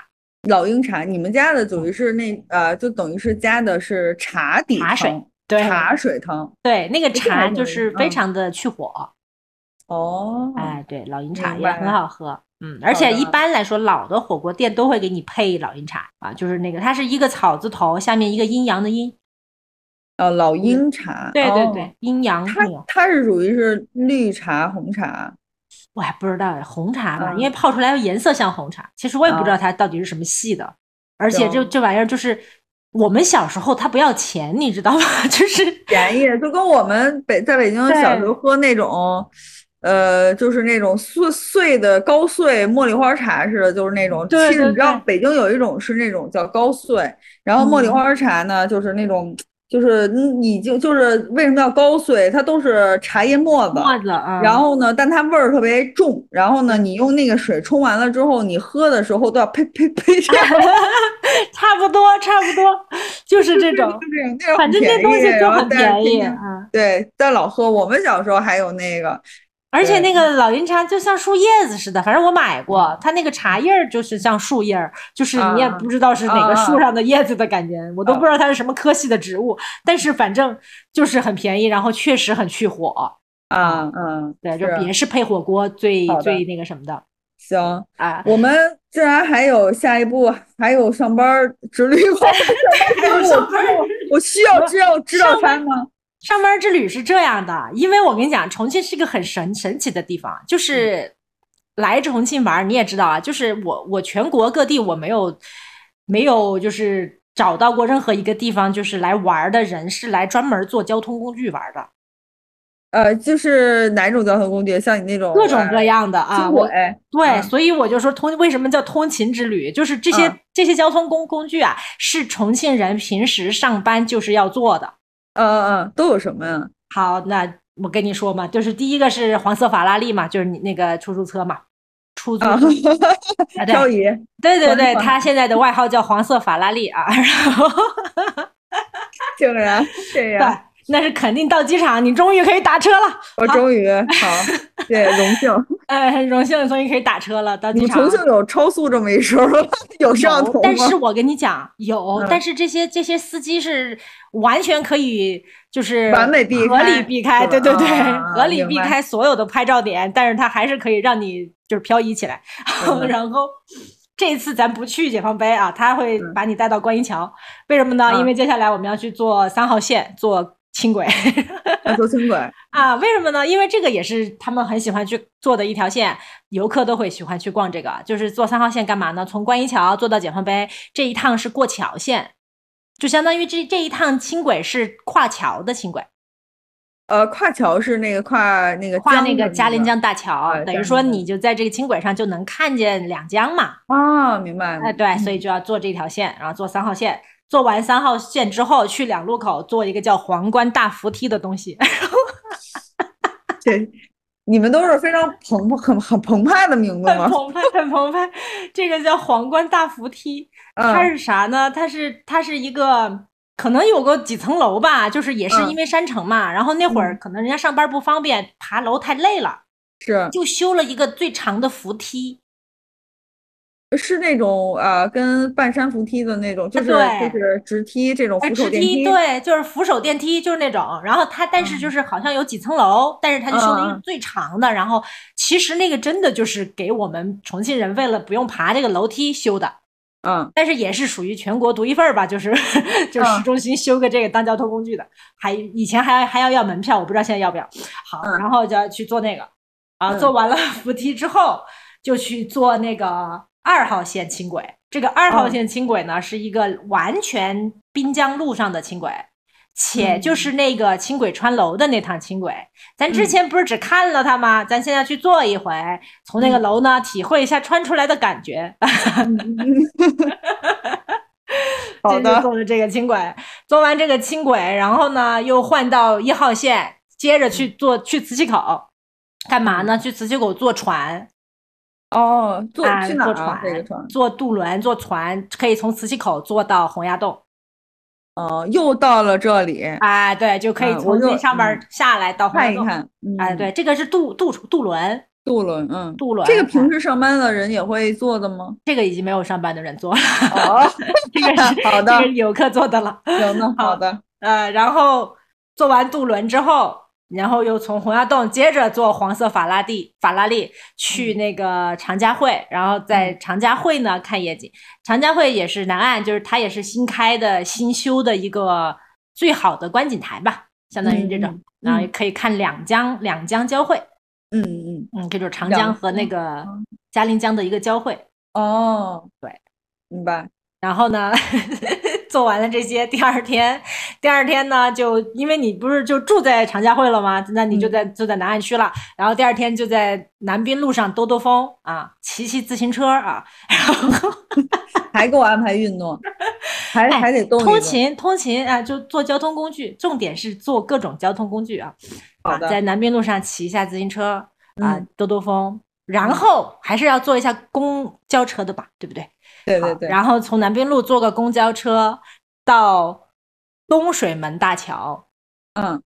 S1: 老鹰茶，你们
S2: 嗯
S1: 家的等于是那呃，就等于是加的是茶底
S2: 茶水
S1: 汤，
S2: 对
S1: 茶水汤。
S2: 对，那个
S1: 这个还
S2: 茶
S1: 有
S2: 就是
S1: 嗯
S2: 非常的去火，
S1: 哦，
S2: 哎，对，老鹰茶
S1: 明
S2: 也
S1: 白
S2: 很好喝。嗯，而且一般来说，老的火锅店都会给你配老鹰茶啊，就是那个它是一个草字头，下面一个阴阳的
S1: 哦
S2: 阴，
S1: 呃，老鹰茶，
S2: 对对
S1: 哦
S2: 对，，阴阳
S1: 它
S2: 那种。
S1: 它是属于是绿茶、红茶。
S2: 我还不知道哎，红茶吧，
S1: 嗯
S2: 因为泡出来颜色像红茶，其实我也不知道它到底是什么系的。而且这
S1: 懂
S2: 这玩意儿就是我们小时候它不要钱，你知道吗？ 就是
S1: 便宜，就跟我们北在北京小时候喝那种，呃，就是那种碎碎的高碎茉莉花茶似的，就是那种。
S2: 对
S1: 其实
S2: 对
S1: 你知道
S2: 对，
S1: 北京有一种是那种叫高碎，然后茉莉
S2: 嗯
S1: 花茶呢，就是那种，就是嗯已经就是为什么叫高碎，它都是茶叶沫子。
S2: 沫子啊，
S1: 然后呢，但它味儿特别重。然后呢，
S2: 嗯
S1: 你用那个水冲完了之后，你喝的时候都要呸呸呸这样，
S2: 差不多差不多，就是这种
S1: 就，这样，那种
S2: 反正
S1: 便
S2: 这东
S1: 宜
S2: 西就
S1: 然后
S2: 很
S1: 但是
S2: 便
S1: 天
S2: 宜
S1: 天
S2: 啊。
S1: 对，但老喝。我们小时候还有那个，
S2: 而且
S1: 对嗯
S2: 那个老鹰茶就像树叶子似的，反正我买过，它那个茶叶儿就是像树叶儿，就是你也
S1: 啊
S2: 不知道是哪个
S1: 啊啊
S2: 树上的叶子的感觉，我
S1: 嗯
S2: 都不知道它是什么科系的植物，但是反正就是很便宜，然后确实很去火，
S1: 啊，嗯，
S2: 对，就是别是配火锅最
S1: 好的嗯
S2: 最那个什么的
S1: 行。
S2: 啊。
S1: 我们竟然还有下一步，还有上班儿直立 吧上班儿之路
S2: 上班儿
S1: 我需要知道知道他吗？
S2: 上班之旅是这样的，因为我跟你讲，重庆是一个很神神奇的地方，
S1: 嗯
S2: 就是来重庆玩儿，你也知道啊，就是我我全国各地我没有没有就是找到过任何一个地方，就是来玩儿的人是来专门坐交通工具玩儿的，
S1: 哦呃，就是哪种交通工具？像你那种
S2: 各种各
S1: 呃
S2: 样的啊，
S1: 轻
S2: 我
S1: 轨，
S2: 对，
S1: 嗯
S2: 所以我就说通为什么叫通勤之旅，就是这些、
S1: 嗯
S2: 这些交通工工具啊，是重庆人平时上班就是要坐的。
S1: 嗯嗯嗯，都有什么呀？
S2: 好，那我跟你说嘛，就是第一个是黄色法拉利嘛，就是你那个出租车嘛，出租
S1: 啊，
S2: 车啊，
S1: 漂
S2: 对
S1: 移，
S2: 对对
S1: 黄色法
S2: 对，
S1: 拉
S2: 它现在的外号叫黄色法拉利啊， 然后
S1: 竟 然这
S2: 对
S1: 样，，
S2: 那是肯定到机场，你终于可以打车了，
S1: 我终于好， 对，荣幸。
S2: 呃，很荣幸终于可以打车了，到
S1: 你
S2: 机
S1: 们
S2: 场。
S1: 重庆有超速这么一说吗？ 有摄像
S2: 有
S1: 头
S2: 但
S1: 吗
S2: 是？我跟你讲，有，
S1: 嗯
S2: 但是这些这些司机是完全可以，就是
S1: 完美避
S2: 合理
S1: 开
S2: 避开，
S1: 是
S2: 对
S1: 吧
S2: 对对，
S1: 啊
S2: 合理避
S1: 明白
S2: 开所有的拍照点，但是他还是可以让你就是漂移起来
S1: 明白。
S2: 然后这次咱不去解放碑啊，他会
S1: 嗯
S2: 把你带到观音桥，为什么呢？因
S1: 嗯
S2: 为接下来我们要去坐三号线，坐轻轨。
S1: 啊坐轻轨，
S2: 啊，为什么呢？因为这个也是他们很喜欢去坐的一条线，游客都会喜欢去逛这个。就是坐三号线干嘛呢？从观音桥坐到解放碑，这一趟是过桥线，就相当于这这一趟轻轨是跨桥的轻轨，
S1: 呃，跨桥是那个跨那个
S2: 跨
S1: 呃江
S2: 那
S1: 的
S2: 个嘉陵江大桥，
S1: 呃
S2: 等
S1: 江
S2: 于说
S1: 的
S2: 你就在这个轻轨上就能看见两江嘛。
S1: 啊，明白
S2: 哎，对，所以就要坐这条线，然后坐三号线。坐完三号线之后，去两路口坐一个叫皇冠大扶梯的东西，
S1: 对，你们都是非常澎很很澎湃的名字
S2: 很
S1: 吗？
S2: 澎湃，很 澎湃。这个叫皇冠大扶梯，它
S1: 嗯
S2: 是啥呢？它是它是一个可能有个几层楼吧，就是也是
S1: 嗯
S2: 因为山城嘛，然后那会儿
S1: 嗯
S2: 可能人家上班不方便，爬楼太累了，
S1: 是
S2: 就修了一个最长的扶梯。
S1: 是那种呃跟半山扶梯的那种，就是
S2: 啊对
S1: 就是直梯这种
S2: 哎，
S1: 扶手
S2: 直
S1: 电
S2: 梯
S1: 梯，
S2: 对，就是扶手电梯，就是那种。然后它，但是就是好像有几层楼，但是它就修了一
S1: 嗯
S2: 个
S1: 嗯
S2: 最长的。然后其实那个真的就是给我们重庆人为了不用爬这个楼梯修的，
S1: 嗯
S2: 但是也是属于全国独一份儿吧，就是 就是
S1: 嗯
S2: 市中心修个这个当交通工具的，还以前还还要要门票，我不知道现在要不要。好，
S1: 嗯
S2: 然后就要去做那个，啊，
S1: 嗯
S2: 做完了扶梯之后，就去做那个二号线轻轨。这个二号
S1: 嗯
S2: 线轻轨呢，是一个完全滨江路上的轻轨。且就是那个轻轨穿楼的那趟轻轨，咱之
S1: 嗯
S2: 前不是只看了它吗？咱现在去坐一回，从
S1: 嗯
S2: 那个楼呢体会一下穿出来的感觉。
S1: 好
S2: 这就
S1: 的，
S2: 坐的这个轻轨，坐完这个轻轨，然后呢又换到一号线，接着去坐去磁器口，干嘛呢？去磁器口坐船，
S1: 哦，坐
S2: 啊
S1: 去哪
S2: 坐
S1: 儿
S2: 船
S1: 啊？这个船，
S2: 坐渡轮，坐船，可以从磁器口坐到洪崖洞，
S1: 哦，又到了这里，
S2: 啊，对，就可以
S1: 啊我
S2: 从
S1: 就
S2: 那上面
S1: 嗯
S2: 下来到洪崖
S1: 看一
S2: 洞。
S1: 看，嗯，
S2: 哎，对，这个是渡渡渡轮，
S1: 渡轮，嗯，
S2: 渡轮
S1: 这个
S2: 哎
S1: 平时上班的人也会坐的 吗？
S2: 这个已经没有上班的人坐了，
S1: 哦，
S2: 这个 是
S1: 好的
S2: 这个是游客坐的了。
S1: 行的，
S2: 好
S1: 好的，
S2: 呃，然后坐完渡轮之后，然后又从洪崖洞接着坐黄色法拉第法拉利
S1: 嗯
S2: 去那个长嘉汇，然后在长嘉汇呢看夜景。长嘉汇也是南岸，就是它也是新开的、新修的一个最好的观景台吧，相当于这种，
S1: 嗯
S2: 然后也可以看两江两江交汇，
S1: 嗯嗯，
S2: 嗯，这就是长
S1: 两嗯
S2: 江和那个嘉陵江的一个交汇。
S1: 哦，
S2: 对，
S1: 明白，
S2: 然后呢， 做完了这些，第二天，第二天呢，就因为你不是就住在长嘉汇了吗？那你就在、
S1: 嗯
S2: 就在南岸区了。然后第二天就在南滨路上兜兜风啊，骑骑自行车啊，然后
S1: 还给我安排运动，还
S2: 哎
S1: 还得动一
S2: 通
S1: 动，
S2: 勤通勤啊，就坐交通工具，重点是坐各种交通工具啊。
S1: 好
S2: 啊，
S1: 的
S2: 在南滨路上骑一下自行车啊，
S1: 嗯
S2: 兜兜风，然后还是要坐一下公交车的吧，对不对？
S1: 对对
S2: 好
S1: 对，
S2: 然后从南滨路坐个公交车到东水门大桥，
S1: 嗯，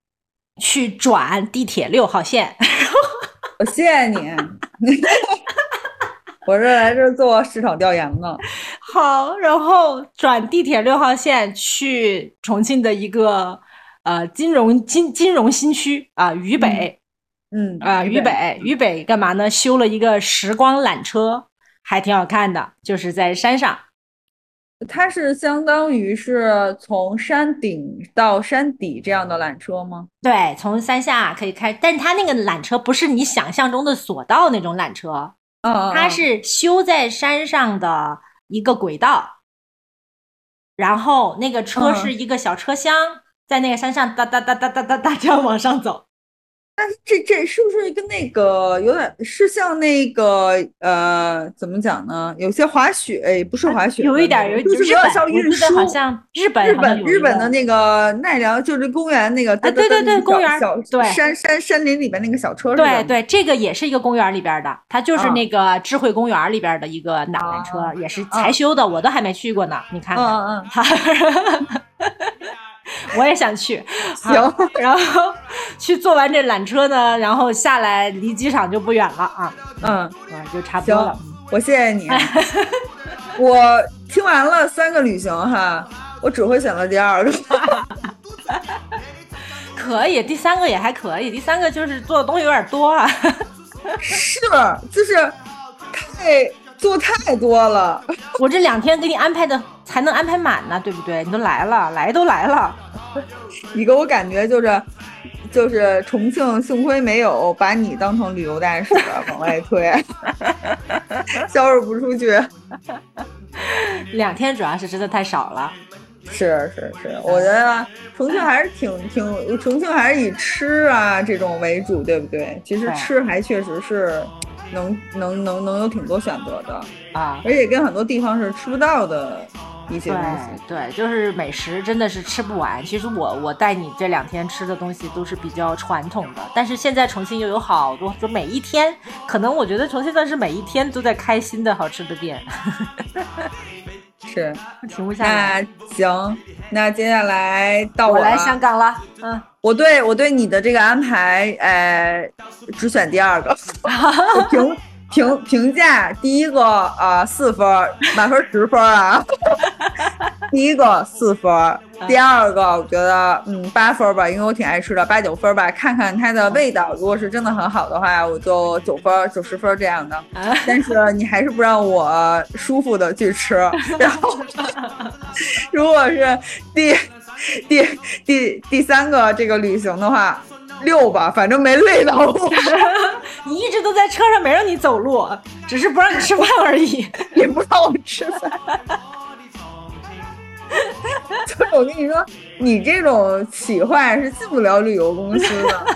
S2: 去转地铁六号线。
S1: 我谢谢你， 我是来这儿做市场调研的，
S2: 好，然后转地铁六号线去重庆的一个呃金融金金融新区啊、渝北
S1: 嗯
S2: 啊、渝，北渝北干嘛呢？修了一个时光缆车，还挺好看的，就是在山上。
S1: 它是相当于是从山顶到山底这样的缆车吗？
S2: 对，从山下可以开，但它那个缆车不是你想象中的索道那种缆车，
S1: 嗯嗯，
S2: 它
S1: 嗯
S2: 是修在山上的一个轨道，然后那个车
S1: 嗯
S2: 是一个小车厢，在那个山上哒哒哒哒哒哒哒这样往上走。
S1: 这这是不是跟那个有点是像那个呃，怎么讲呢？有些滑雪，哎，不是滑雪的那
S2: 有
S1: 个，
S2: 一点儿有一
S1: 就是
S2: 日
S1: 有点
S2: 本，
S1: 像
S2: 我
S1: 运
S2: 记得
S1: 输。
S2: 好像日本
S1: 日
S2: 好像
S1: 本
S2: 有
S1: 日
S2: 一
S1: 本
S2: 个
S1: 的那个奈良，就是公园那个，
S2: 对对对
S1: 那个
S2: 公
S1: 小
S2: 园儿
S1: 小
S2: 对
S1: 山山山林里面那个小车似的
S2: 对对，这个也是一个公园里边儿的，它就是
S1: 嗯
S2: 那个智慧公园里边儿的一个缆缆车，
S1: 哦
S2: 也是才修的，我都还没去过呢，你看
S1: 嗯
S2: 看，
S1: 嗯嗯，
S2: 我也想去。
S1: 行，
S2: 然后去坐完这缆车呢，然后下来离机场就不远了啊，
S1: 嗯，
S2: 啊就差不多了。
S1: 我谢谢 你。我听完了三个旅行哈，我只会选择第二个。
S2: 可以，第三个也还可以，第三个就是做的东西有点多啊。
S1: 是，就是太做太多了。
S2: 我这两天给你安排的才能安排满呢，对不对？你都来了，来都来了，
S1: 你给我感觉就是，就是重庆幸亏没有把你当成旅游大使啊往外推， 销售不出去。
S2: 两天主要是真的太少了。
S1: 是是是，我觉得重庆还是挺挺，重庆还是以吃啊这种为主，对不对？其实
S2: 对
S1: 吃还确实是能能能能有挺多选择的，
S2: 啊。
S1: 而且跟很多地方是吃不到的一些
S2: 对
S1: 东西。
S2: 对，就是美食真的是吃不完。其实我我带你这两天吃的东西都是比较传统的，但是现在重庆又有好多，就每一天，可能我觉得重庆算是每一天都在开新的好吃的店，
S1: 是，
S2: 停不下来。
S1: 那行，那接下来到
S2: 我
S1: 我
S2: 来
S1: 了
S2: 香港了，嗯，
S1: 我对我对你的这个安排，呃，只选第二个，我评评评价第一个啊、呃、四分儿，满分十分儿啊， 第一个四分儿，第二个我觉得嗯八分儿吧，因为我挺爱吃的，八九分儿吧，看看它的味道，如果是真的很好的话，我就九分儿、九十分儿这样的。
S2: 啊
S1: 但是你还是不让我舒服的去吃。然后， 如果是第第第第三个这个旅行的话，六吧，反正没累到我，
S2: 你一直都在车上，没让你走路，只是不让你吃饭而已。
S1: 也不让我吃饭。 就是我跟你说，你这种企划是进不了旅游公司的，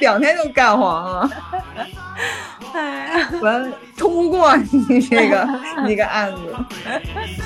S1: 两天就干黄了，
S2: 哎呀
S1: 完通不过你这个你这个案子。
S3: It's